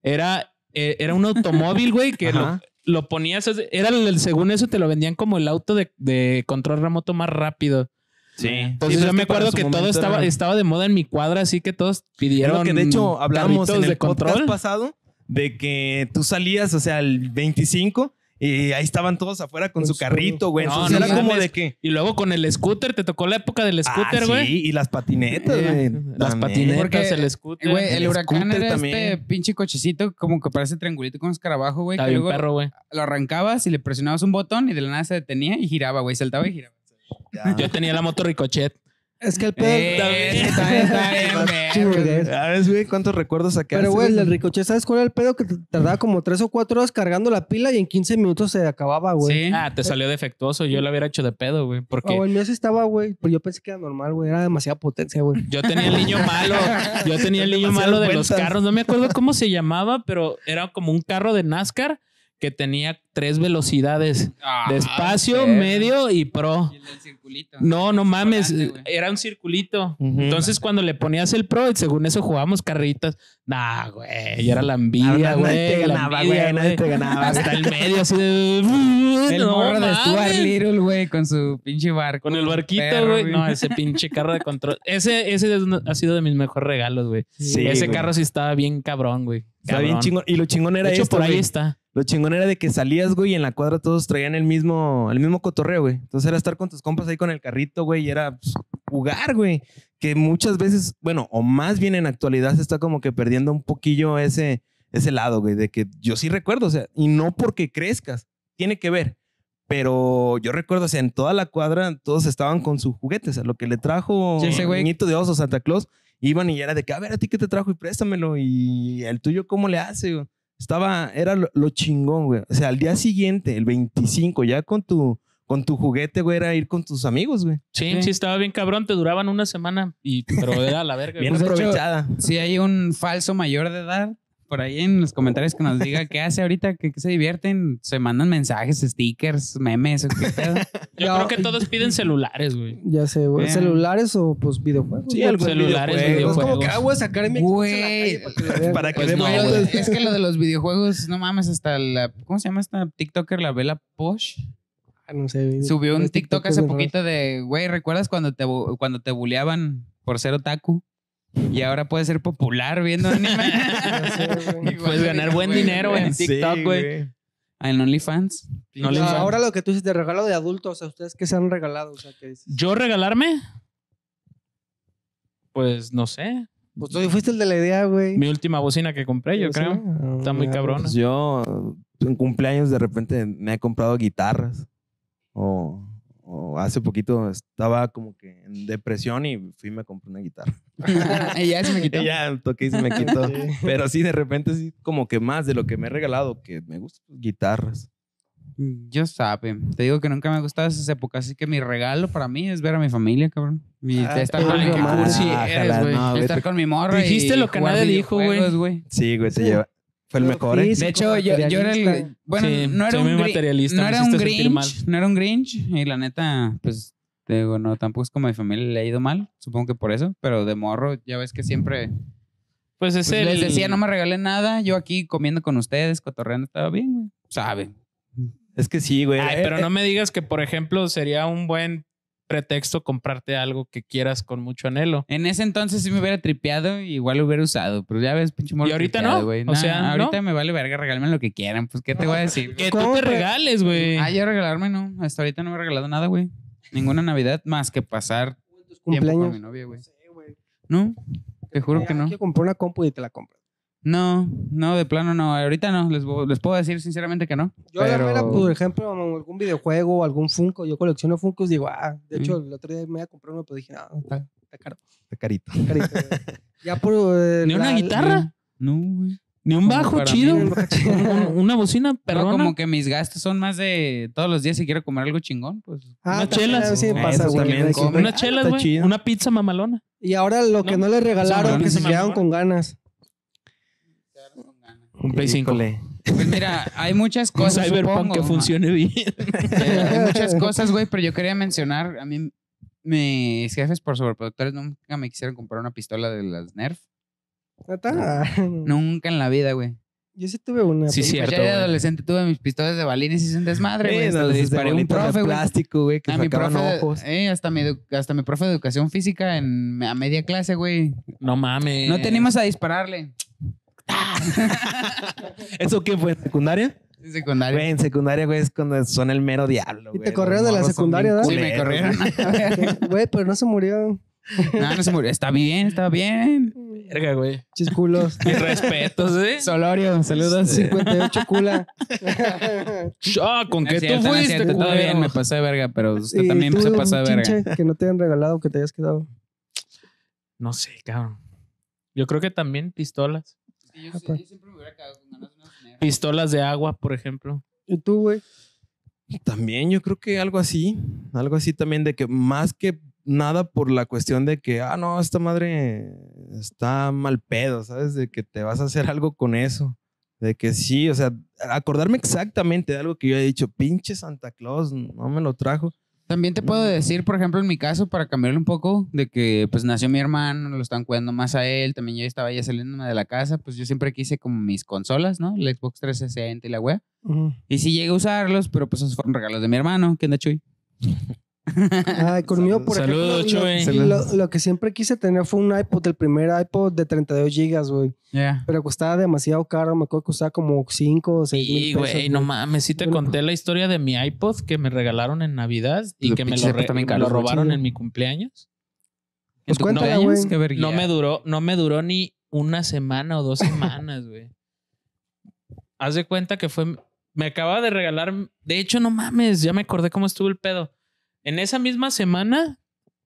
Era, eh, era un automóvil, güey, que lo, Ajá. lo ponías. Era el- según eso, te lo vendían como el auto de, de control remoto más rápido. Sí. Entonces pero yo Pues es me que para acuerdo su que todo momento estaba, era- estaba de moda en mi cuadra, así que todos pidieron. Lo que de hecho hablábamos carritos en el de control. podcast pasado de que tú salías, o sea, el 25 y ahí estaban todos afuera con, Con su su- carrito, güey. No, Entonces no era como mames. de que Y luego con el scooter, te tocó la época del scooter, ah, güey. Sí, y las patinetas, güey. Eh, Las También. patinetas, Porque, el scooter. Güey, el, El huracán scooter era este también. pinche cochecito como que parece triangulito con escarabajo, güey. Está Que bien luego perro, güey. lo arrancabas y le presionabas un botón y de la nada se detenía y giraba, güey. Saltaba y giraba. Ya. Yo tenía la moto Ricochet. Es que el pedo. Eh, está- está bien, Chingo verga. de eso. Ya ves, güey, cuántos recuerdos sacaste. Pero, güey, el del ricochet, ¿sabes cuál era el pedo? Que t- tardaba como tres o cuatro horas cargando la pila y en 15 minutos se acababa, güey. Sí. Ah, te salió defectuoso. Yo lo hubiera hecho de pedo, güey. Ah, Porque güey, el mío sí estaba, güey, pero yo pensé que era normal, güey. Era demasiada potencia, güey. Yo tenía el niño malo. Yo tenía el niño malo de los Demasiadas vueltas. carros. No me acuerdo cómo se llamaba, pero era como un carro de NASCAR que tenía tres velocidades: Ah, despacio, perro. medio y pro. Y el del circulito. No, no mames. Volante, güey. Mm. Era un circulito. Ujú. Entonces, cuando le ponías el pro, según eso jugábamos carritas. Nah, güey. Y era la Ah, nadie envidia, güey. te la ganaba, envidia, güey. Nadie te ganaba. Hasta el medio, así de. El No morro de Stuart mames. Little, güey, con su pinche barco. Con el barquito, Perro, güey. No, ese pinche carro de control. Ese, ese es uno- ha sido de mis mejores regalos, güey. Sí, ese güey. carro sí estaba bien cabrón, güey. Está bien Cabrón. chingón. Y lo chingón era De hecho, esto, por ahí güey. está. Lo chingón era de que salías, güey, y en la cuadra todos traían el mismo, el mismo cotorreo, güey. Entonces era estar con tus compas ahí con el carrito, güey, y era pues, jugar, güey. Que muchas veces, bueno, o más bien en actualidad se está como que perdiendo un poquillo ese, ese lado, güey, de que yo sí recuerdo, o sea, y no porque crezcas, tiene que ver. Pero yo recuerdo, o sea, en toda la cuadra todos estaban con sus juguetes, o sea, lo que le trajo Sí, ese güey. Niñito de Oso, Santa Claus, iban y era de que, a ver, a ti qué te trajo y préstamelo, y el tuyo, ¿cómo le hace? güey? Estaba, era lo, lo chingón, güey. O sea, al día siguiente, el 25, ya con tu, con tu juguete, güey, era ir con tus amigos, güey. Sí, Sí. sí, estaba bien cabrón. Te duraban una semana, y, pero era la verga. Bien güey. Pues, de hecho, aprovechada. Si hay un falso mayor de edad, por ahí en los comentarios que nos diga qué hace ahorita, que, que se divierten, se mandan mensajes, stickers, memes, o qué pedo. Pues Yo Ya- creo que todos piden celulares, güey. Ya sé, güey. Bien. ¿Celulares o pues videojuegos? Sí, güey? algún celulares, videojuego. Es como videojuegos. que, ah, voy a sacar mi Xbox en la calle para que lo vean. Para que Pues dé no, vueltas. güey. es que lo de los videojuegos, no mames, hasta la. ¿Cómo se llama esta TikToker? La Vela Posh. Ah, no sé, güey. este Subió un Los TikTok TikTokers hace de poquito de, güey, ¿recuerdas cuando te, bu- cuando te buleaban por ser otaku? Y ahora puedes ser popular viendo anime. raza. Ya sé, güey. Igual Puedes de ganar que, buen güey, dinero en Sí, TikTok, güey. Ah, En OnlyFans. No No, le infan- ahora lo que tú dices de regalo de adultos, o sea, ustedes que se han regalado, o sea, que dices, ¿Yo regalarme? Pues no sé. pues tú fuiste el de la idea, güey. Mi última bocina que compré, yo Sí, creo. ah, Está muy ya, cabrona. Pues yo en cumpleaños de repente me he comprado guitarras. O, o hace poquito estaba como que en depresión y fui y me compré una guitarra. Y ya se me quitó. Y ya toqué y se me quitó. Pero sí, de repente sí, como que más de lo que me he regalado, que me gustan las guitarras. Yo sabe. Te digo que nunca me han gustado esas épocas, así que mi regalo para mí es ver a mi familia, cabrón. Y Ah, estar qué con rico, qué madre. cursi Ah, eres, jala, güey. no, vete. estar con mi morra. Dijiste y lo que jugar nadie dijo, güey. videojuegos, güey. Sí, güey, te Sí. lleva. Fue el Pero mejor, ¿eh? físico, De hecho, yo, yo era el. materialista. Bueno, Sí, no era soy un, muy gri- materialista, no me era un hiciste sentir Grinch. mal. No era un Grinch. Y la neta, pues, te digo, no, tampoco es como a mi familia le ha ido mal. Supongo que por eso. Pero de morro, ya ves que siempre. Pues es pues, el- les decía, no me regalen nada. Yo aquí comiendo con ustedes, cotorreando, estaba bien, güey. Sabe. Es que sí, güey. Ay, Eh, pero eh, no me digas que, por ejemplo, sería un buen pretexto comprarte algo que quieras con mucho anhelo. En ese entonces sí me hubiera tripeado, igual lo hubiera usado. Pero ya ves, pinche morro. ¿Y ahorita tripeado, no? güey. O Nah, sea, ¿no? ahorita me vale verga, regálame lo que quieran. Pues, ¿qué te voy a decir? Que tú ¿Cómo, te güey? regales, güey. Ah, yo regalarme, no. Hasta ahorita no me he regalado nada, güey. Ninguna Navidad más que pasar tiempo con mi cumpleaños. novia, güey. No sé, güey. No, te juro que no. Hay que comprar una compu y te la compras. No, no, de plano no. Ahorita no. Les, vo- les puedo decir sinceramente que no. Yo la Pero- mera, por ejemplo, algún videojuego o algún Funko, yo colecciono Funkos, digo, ah, de hecho, el otro día me iba a comprar uno, pero dije, no, está, está caro. está carito. está carito, güey". ya por... eh, Ni una la- guitarra, No, güey. ni un como bajo para mí, chido, un un- una bocina Pero perrona. como que mis gastos son más de todos los días si quiero comer algo chingón, pues. Ah, unas también, chelas. Sí, me Ah, pasa, eso güey. también de como que- una- Unas chelas, está güey. chido. Una pizza mamalona. Y ahora lo que No, no, le son regalaron, que se mamones. quedaron con ganas. Un Play 5. Híjole. Pues mira, hay muchas Un cosas. Cyberpunk que supongo. funcione bien. Eh, hay muchas cosas, güey, pero yo quería mencionar, a mí mis jefes por sobreproductores nunca me quisieron comprar una pistola de las Nerf. ¿Neta? Nunca en la vida, güey. Yo sí tuve una. Sí, Pues pero- cierto, ya de güey. adolescente tuve mis pistolas de balines y hice un desmadre, güey. Eh, Hasta donde le se disparé a un bolitas de profe, güey. plástico, güey, Ah, que A mi sacaban profe, de- ojos. eh, hasta, mi edu- hasta mi profe de educación física en, a media clase, güey. No mames. No teníamos a dispararle. ¿Eso qué fue? ¿Secundaria? En secundaria. Güey, en secundaria, güey, es cuando son el mero diablo, Y te güey. Los corrieron de la morros son secundaria, bien ¿verdad? sí, me culeros, corrieron. Güey, pero no se murió. no, no se murió. Está bien, está bien. Verga, güey. Chisculos. Mis respetos, ¿eh? Solorio, saludos. 58 cula. Ah, con No es que tú cierto, no es fuiste, cierto, todo culero. bien, me pasé de verga, pero usted Y también tú, se pasó de un verga. chinche que no te hayan regalado, que te hayas quedado. No sé, cabrón. Yo creo que también pistolas. Yo, sí- yo siempre me hubiera cagado con ganas de Pistolas de agua, por ejemplo. ¿Y tú, güey? También yo creo que algo así, algo así también de que más que nada por la cuestión de que, ah, no, esta madre está mal pedo, ¿sabes? De que te vas a hacer algo con eso. De que sí, o sea, acordarme exactamente de algo que yo he dicho, pinche Santa Claus, no me lo trajo. También te puedo decir, por ejemplo, en mi caso, para cambiarle un poco, de que pues nació mi hermano, lo están cuidando más a él, también yo estaba ya saliéndome de la casa, pues yo siempre quise como mis consolas, ¿no? El Xbox 360 y la wea. Y sí llegué a usarlos, pero pues esos fueron regalos de mi hermano, que anda Chuy. Ay, conmigo, por Saludos, ejemplo, lo- Chuy. sí, Lo, lo que siempre quise tener fue un iPod, el primer iPod de 32 gigas, güey. Ya. Pero costaba demasiado caro, me acuerdo que costaba como 5 o 6 Y, mil pesos. güey, no mames. Sí te Bueno. conté la historia de mi iPod que me regalaron en Navidad y Lo que me pinche lo, iPod re- también me lo caro, robaron chido. en mi cumpleaños. ¿En Pues tu cuéntala, cumpleaños? güey. Qué vergüenza. No me duró, no me duró ni una semana o dos semanas, güey. Haz de cuenta que fue. Me acaba de regalar. De hecho, no mames, ya me acordé cómo estuvo el pedo. En esa misma semana,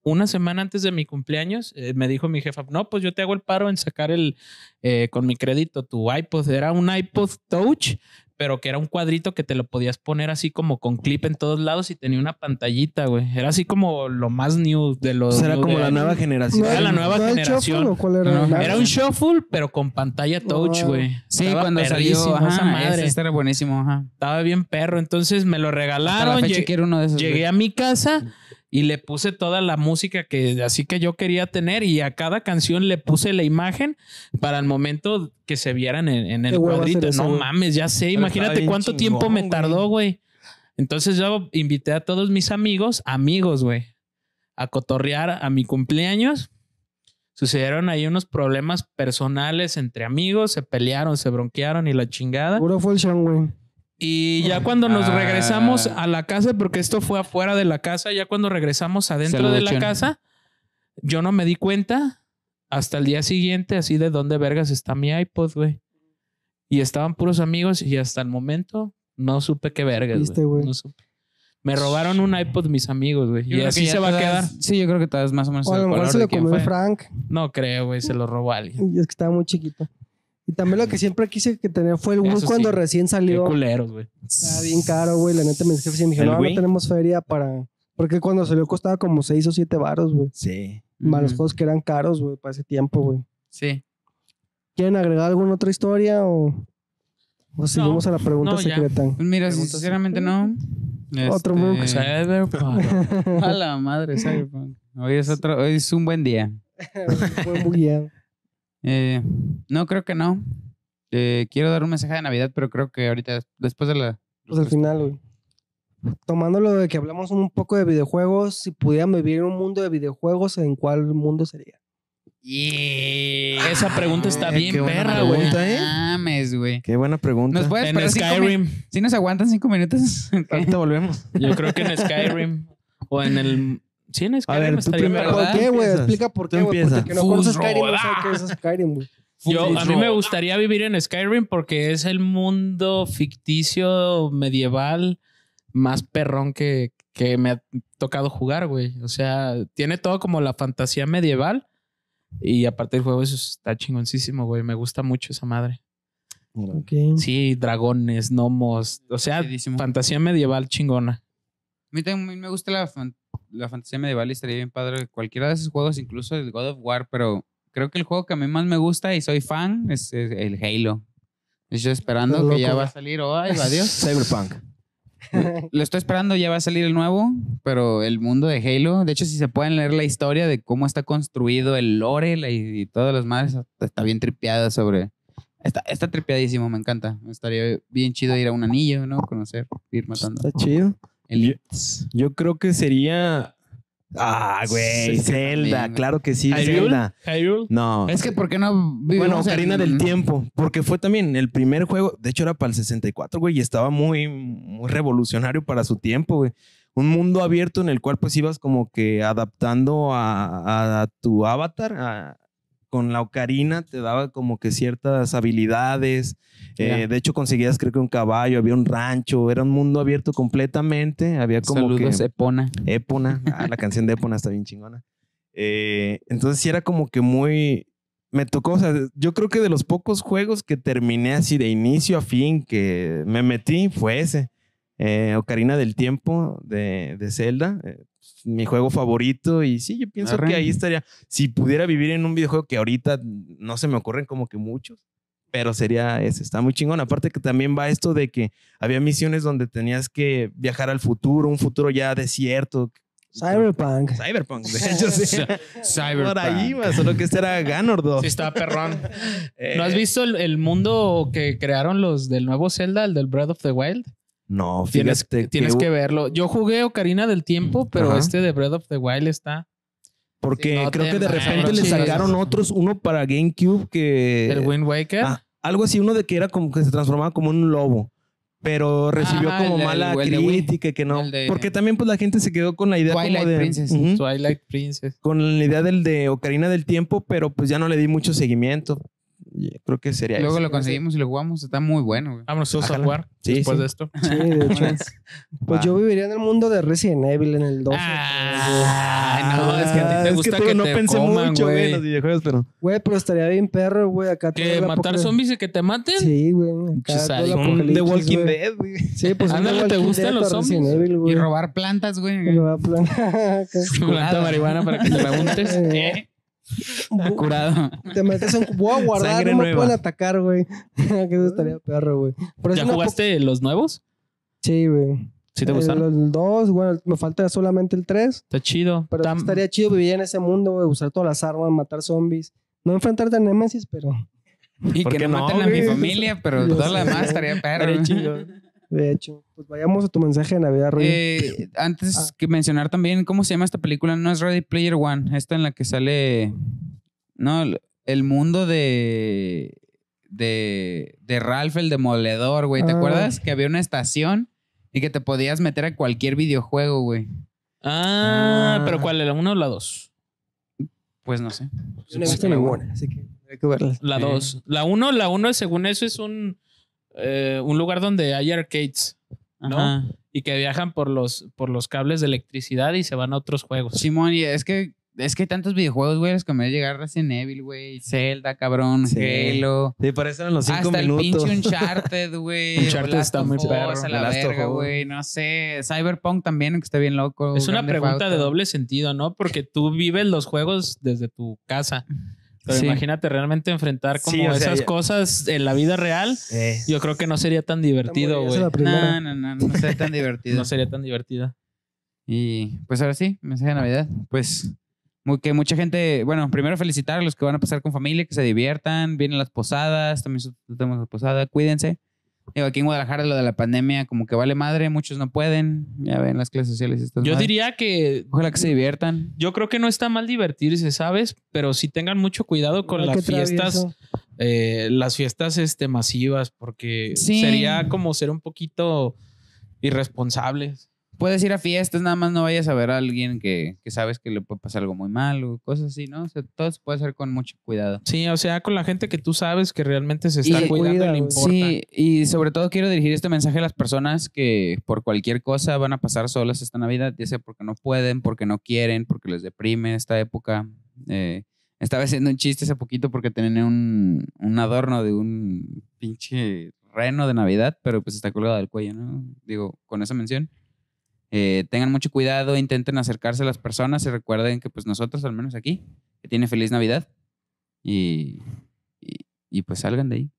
una semana antes de mi cumpleaños, eh, me dijo mi jefa: No, pues yo te hago el paro en sacar el eh, con mi crédito tu iPod. Era un iPod Touch, pero que era un cuadrito que te lo podías poner así como con clip en todos lados y tenía una pantallita, güey. Era así como lo más new de los. O sea, Pues era new como de- la nueva generación. era la nueva ¿No era el generación. Shuffle o cuál era? No, no, Era un shuffle, pero con pantalla touch, Wow. güey. Sí, Estaba cuando salió, perrísimo ajá, esa madre. Este era buenísimo, ajá. Estaba bien perro. Entonces me lo Hasta la regalaron. fecha Llegué, quiero uno de esos. llegué a mi casa y le puse toda la música que así que yo quería tener. Y a cada canción le puse la imagen para el momento que se vieran en, en el Qué huevo cuadrito. hacer eso, no güey. mames, ya sé. Pero estaba Imagínate bien cuánto chingón, tiempo me güey. tardó, güey. Entonces yo invité a todos mis amigos, amigos, güey, a cotorrear a mi cumpleaños. Sucedieron ahí unos problemas personales entre amigos, se pelearon, se bronquearon y la chingada. Seguro fue el Sean, güey. Y ya cuando nos Ah. regresamos a la casa, porque esto fue afuera de la casa, ya cuando regresamos adentro Saludos, de la Chon. casa, yo no me di cuenta hasta el día siguiente, así de dónde vergas está mi iPod, güey. Y estaban puros amigos y hasta el momento no supe qué vergas, Viste, güey. güey. No supe. Me robaron un iPod mis amigos, güey. Yo Y creo así que ya se va a todas- quedar. Sí, yo creo que todas más o menos. O a lo el mejor color se de lo quién comió fue. Frank. No creo, güey. Se lo robó alguien. Y es que estaba muy chiquito. Y también lo que siempre quise que tener fue el Wii Eso cuando sí. recién Qué salió. culeros, güey. Estaba bien caro, güey. La neta, mis jefes sí me dijeron, "Ah, ¿El no, no Wii? tenemos feria para... Porque cuando salió costaba como 6 o 7 varos, güey. Sí. Más los Ujú. juegos que eran caros, güey, para ese tiempo, güey. Sí. ¿Quieren agregar alguna otra historia o...? O seguimos a la pregunta no, ya. secreta. Pues Mira, Preguntas. sinceramente no. Este, Otro book. Eh. Cyberpunk. A la madre, Cyberpunk. Hoy es, otro, hoy es un buen día. Buen bugueado. Eh, no, creo que no. Eh, quiero dar un mensaje de Navidad, pero creo que ahorita, después de la... Pues al final, güey. Tomando lo de que hablamos un poco de videojuegos, si pudieran vivir en un mundo de videojuegos, ¿en cuál mundo sería? Yeah. Esa pregunta está Ay, bien Eh, qué buena perra, güey. pregunta, ¿eh? Mames, güey. Qué buena pregunta. Nos puedes En esperar cinco minutos. Skyrim. Si nos aguantan cinco minutos. Ok. Ahorita volvemos. Yo creo que en Skyrim. o en el. Sí, en Skyrim. ver, tú estaría primero, perro. ¿Por qué, güey? Empiezas. Explica por Tú qué, güey. empieza. Porque no Fus conoces Skyrim, no sé roda. qué es Skyrim, güey. Yo, a mí Roda. me gustaría vivir en Skyrim porque es el mundo ficticio medieval más perrón que, que me ha tocado jugar, güey. O sea, tiene todo como la fantasía medieval. Y aparte el juego eso está chingoncísimo, güey. Me gusta mucho esa madre. Sí, dragones, gnomos. O sea, Chidísimo. fantasía medieval chingona. A mí también me gusta la, fan- la fantasía medieval y estaría bien padre cualquiera de esos juegos, incluso el God of War, pero creo que el juego que a mí más me gusta y soy fan es, es el Halo. Estoy esperando Estás que ya loco. va a salir. Oh, ay, adiós. Cyberpunk. Lo estoy esperando, ya va a salir el nuevo, pero el mundo de Halo, de hecho, si se pueden leer la historia de cómo está construido el lore la- y, todas las madres, está bien tripeada sobre... Está, está tripeadísimo, me encanta. Estaría bien chido ir a un anillo, ¿no? Conocer, ir matando. Está chido. elites. Yo creo que sería. Ah, güey. Sí, Zelda, también. claro que sí. Hyrule. Zelda. Hyrule. No. Es que, ¿por qué no vivimos bueno, Ocarina en- del Tiempo. Porque fue también el primer juego. De hecho, era para el 64, güey. Y estaba muy, muy revolucionario para su tiempo, güey. Un mundo abierto en el cual, pues, ibas como que adaptando a, a tu avatar. a- con la ocarina te daba como que ciertas habilidades. Eh, Ya. de hecho, conseguías, creo que un caballo, había un rancho. Era un mundo abierto completamente. Había como que... Saludos, Epona. Épona. Ah, la canción de Épona está bien chingona. Eh, entonces sí era como que muy... Me tocó, o sea, yo creo que de los pocos juegos que terminé así de inicio a fin que me metí fue ese. Eh, Ocarina del Tiempo de, de Zelda, eh, mi juego favorito y sí, yo pienso Arre. que ahí estaría, si pudiera vivir en un videojuego que ahorita no se me ocurren como que muchos, pero sería ese, está muy chingón. Aparte que también va esto de que había misiones donde tenías que viajar al futuro, un futuro ya desierto. Cyberpunk. Cyberpunk, de hecho, sí. Cyberpunk. Por ahí iba, solo que este era Ganondorf. Sí, está perrón. Eh, ¿No has visto el, el mundo que crearon los del nuevo Zelda, el del Breath of the Wild? No, fíjate Tienes, tienes que que verlo. Yo jugué Ocarina del Tiempo, pero Ajá. este de Breath of the Wild está. porque Sí, no creo te que de mames, repente le sí. sacaron otros, uno para GameCube que el Wind Waker. Ah, algo así, uno de que era como que se transformaba como en un lobo. Pero recibió Ah, Ajá, como el- el- mala el de Wii. crítica, que no. El de- Porque también pues la gente se quedó con la idea como Twilight de- Princess. Ujú. Twilight Princess. con la idea del de Ocarina del Tiempo, pero pues ya no le di mucho seguimiento. Y Creo que sería Luego eso. lo conseguimos y lo jugamos. Está muy bueno, güey. Vámonos todos a Ájala. jugar Sí, después sí. de esto. Sí, de hecho. Pues Va. yo viviría en el mundo de Resident Evil en el 12. Ah. Ay, no, Ah, es que a ti te gusta tú que no te pensé coman, mucho, güey, en los güey. videojuegos, pero Güey, pero estaría bien perro, güey. Acá todo ¿Que el matar apocalipsis. zombies y que te maten? Sí, güey. Chis, Acá todo el ahí. Pues un The apocalipsis, Walking güey. Dead, güey. Sí, pues un Ándale, The ¿te Walking gustan Dead los con zombies? Resident Evil, güey. Y robar plantas, güey. Y robar plan- acá. Planta marihuana para que te la untes. ¿Eh? Curado. Te metes en... Voy a guardar, Sangre no me nueva. pueden atacar, güey. que eso estaría perro, güey. Pero es ¿Ya una po- jugaste los nuevos? Sí, güey. ¿Sí te Eh, gustaron? Los dos, güey. Me falta solamente el tres. Está chido. Pero Tam- estaría chido vivir en ese mundo, güey, usar todas las armas, matar zombies. No enfrentarte a Nemesis, pero Y ¿Por que qué no no, maten a mi güey? familia, pero Yo todo lo sé. demás estaría perro. de hecho, pues vayamos a tu mensaje de Navidad, Roy. Eh, antes Ah. que mencionar también, ¿cómo se llama esta película? No es Ready Player One, esta en la que sale. No, el- el mundo de. de. de Ralph el Demoledor, güey. ¿Te Ah. acuerdas? Que había una estación y que te podías meter a cualquier videojuego, güey. Ah, Ah. pero ¿cuál? ¿La uno o la dos? Pues no sé. Yo no he visto ninguna, así que hay que verla. La Sí. 2. La 1, la 1, según eso, es un, eh, un lugar donde hay arcades ¿No? Ajá. y que viajan por los, por los cables de electricidad y se van a otros juegos. Simón, y es que. Es que hay tantos videojuegos, güey, a los que me voy a llegar Resident Evil, güey, Zelda, cabrón, Sí. Halo. Sí, parecen los cinco Hasta minutos. el pinche Uncharted, güey. Uncharted Last está of muy Us, perro. A la The Last of verga, Us. güey. No sé. Cyberpunk también, que está bien loco. Es una Grand Theft pregunta de Auto. doble sentido, ¿no? Porque tú vives los juegos desde tu casa. Pero Sí. imagínate realmente enfrentar como Sí, o sea, esas ya- cosas en la vida real. Eh, Yo creo que no sería tan divertido, Esa es güey. la primera. No, no, no, no está tan divertido. No sería tan divertida. Y pues ahora sí, mensaje de Navidad. Pues mu- que mucha gente, bueno, primero felicitar a los que van a pasar con familia, que se diviertan, vienen las posadas, también tenemos la posada, cuídense. Digo, aquí en Guadalajara lo de la pandemia como que vale madre, muchos no pueden, ya ven las clases sociales. y estas Yo madres. diría que Ojalá que se diviertan. yo creo que no está mal divertirse, ¿sabes? Pero sí tengan mucho cuidado con Ah, qué las fiestas, travieso. eh, las fiestas este, masivas, porque Sí. sería como ser un poquito irresponsables. Puedes ir a fiestas, nada más no vayas a ver a alguien que, que sabes que le puede pasar algo muy mal o cosas así, ¿no? O sea, todo se puede hacer con mucho cuidado. Sí, o sea, con la gente que tú sabes que realmente se está Y- cuidando y Cuida, le güey. importa. Sí, y sobre todo quiero dirigir este mensaje a las personas que por cualquier cosa van a pasar solas esta Navidad, ya sea porque no pueden, porque no quieren, porque les deprime esta época. Eh, estaba haciendo un chiste hace poquito porque tenía un, un adorno de un pinche reno de Navidad, pero pues está colgado del cuello, ¿no? Digo, con esa mención. Eh, tengan mucho cuidado, intenten acercarse a las personas y recuerden que pues nosotros, al menos aquí, que tiene feliz Navidad. Y, y, y pues salgan de ahí.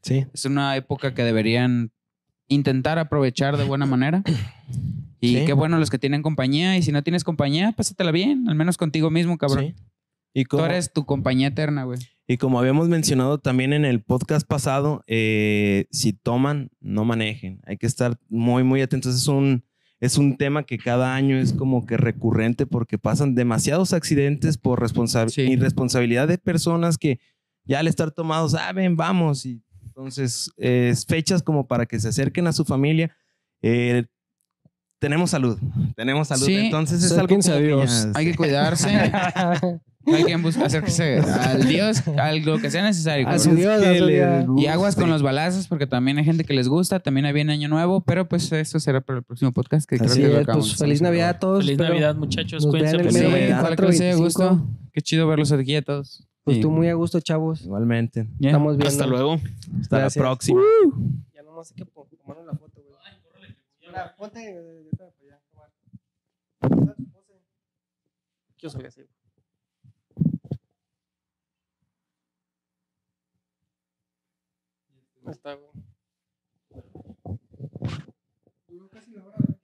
Sí. Es una época que deberían intentar aprovechar de buena manera. Y Sí. qué bueno los que tienen compañía. Y si no tienes compañía, pásatela bien. Al menos contigo mismo, cabrón. sí. Y Tú como, eres tu compañía eterna, güey. y como habíamos mencionado también en el podcast pasado, eh, si toman, no manejen. Hay que estar muy, muy atentos. Es un, es un tema que cada año es como que recurrente porque pasan demasiados accidentes por responsa- Sí. irresponsabilidad de personas que ya al estar tomados, ah, ven, vamos. Y entonces, eh, es fechas como para que se acerquen a su familia. Eh, tenemos salud, tenemos salud. Sí. Entonces es algo Acérquense como a que Dios. ya- Hay que cuidarse. Hay que buscar acercarse al Dios, a lo que sea necesario. A cabrón. su Dios, a su Dios. Y aguas con los balazos, porque también hay gente que les gusta. También hay bien Año Nuevo. Pero pues eso será para el próximo podcast. Que creo Así que lo es, acabamos. pues feliz Navidad a todos. Feliz espero Navidad, muchachos. nos Cuídense. vean el mucho. mero Sí, 24, ojalá que les haya 25. gusto. Qué chido verlos aquí a todos. Pues Sí. tú muy a gusto, chavos. Igualmente. Ya. Estamos viendo. Hasta luego. Hasta Gracias. la próxima. Ya nomás hay que po- tomarnos la foto, güey. La, ponte, eh, esta, pues, ya, toma. Pose. Yo soy así. Ahí está, güey. Duró casi la hora, güey.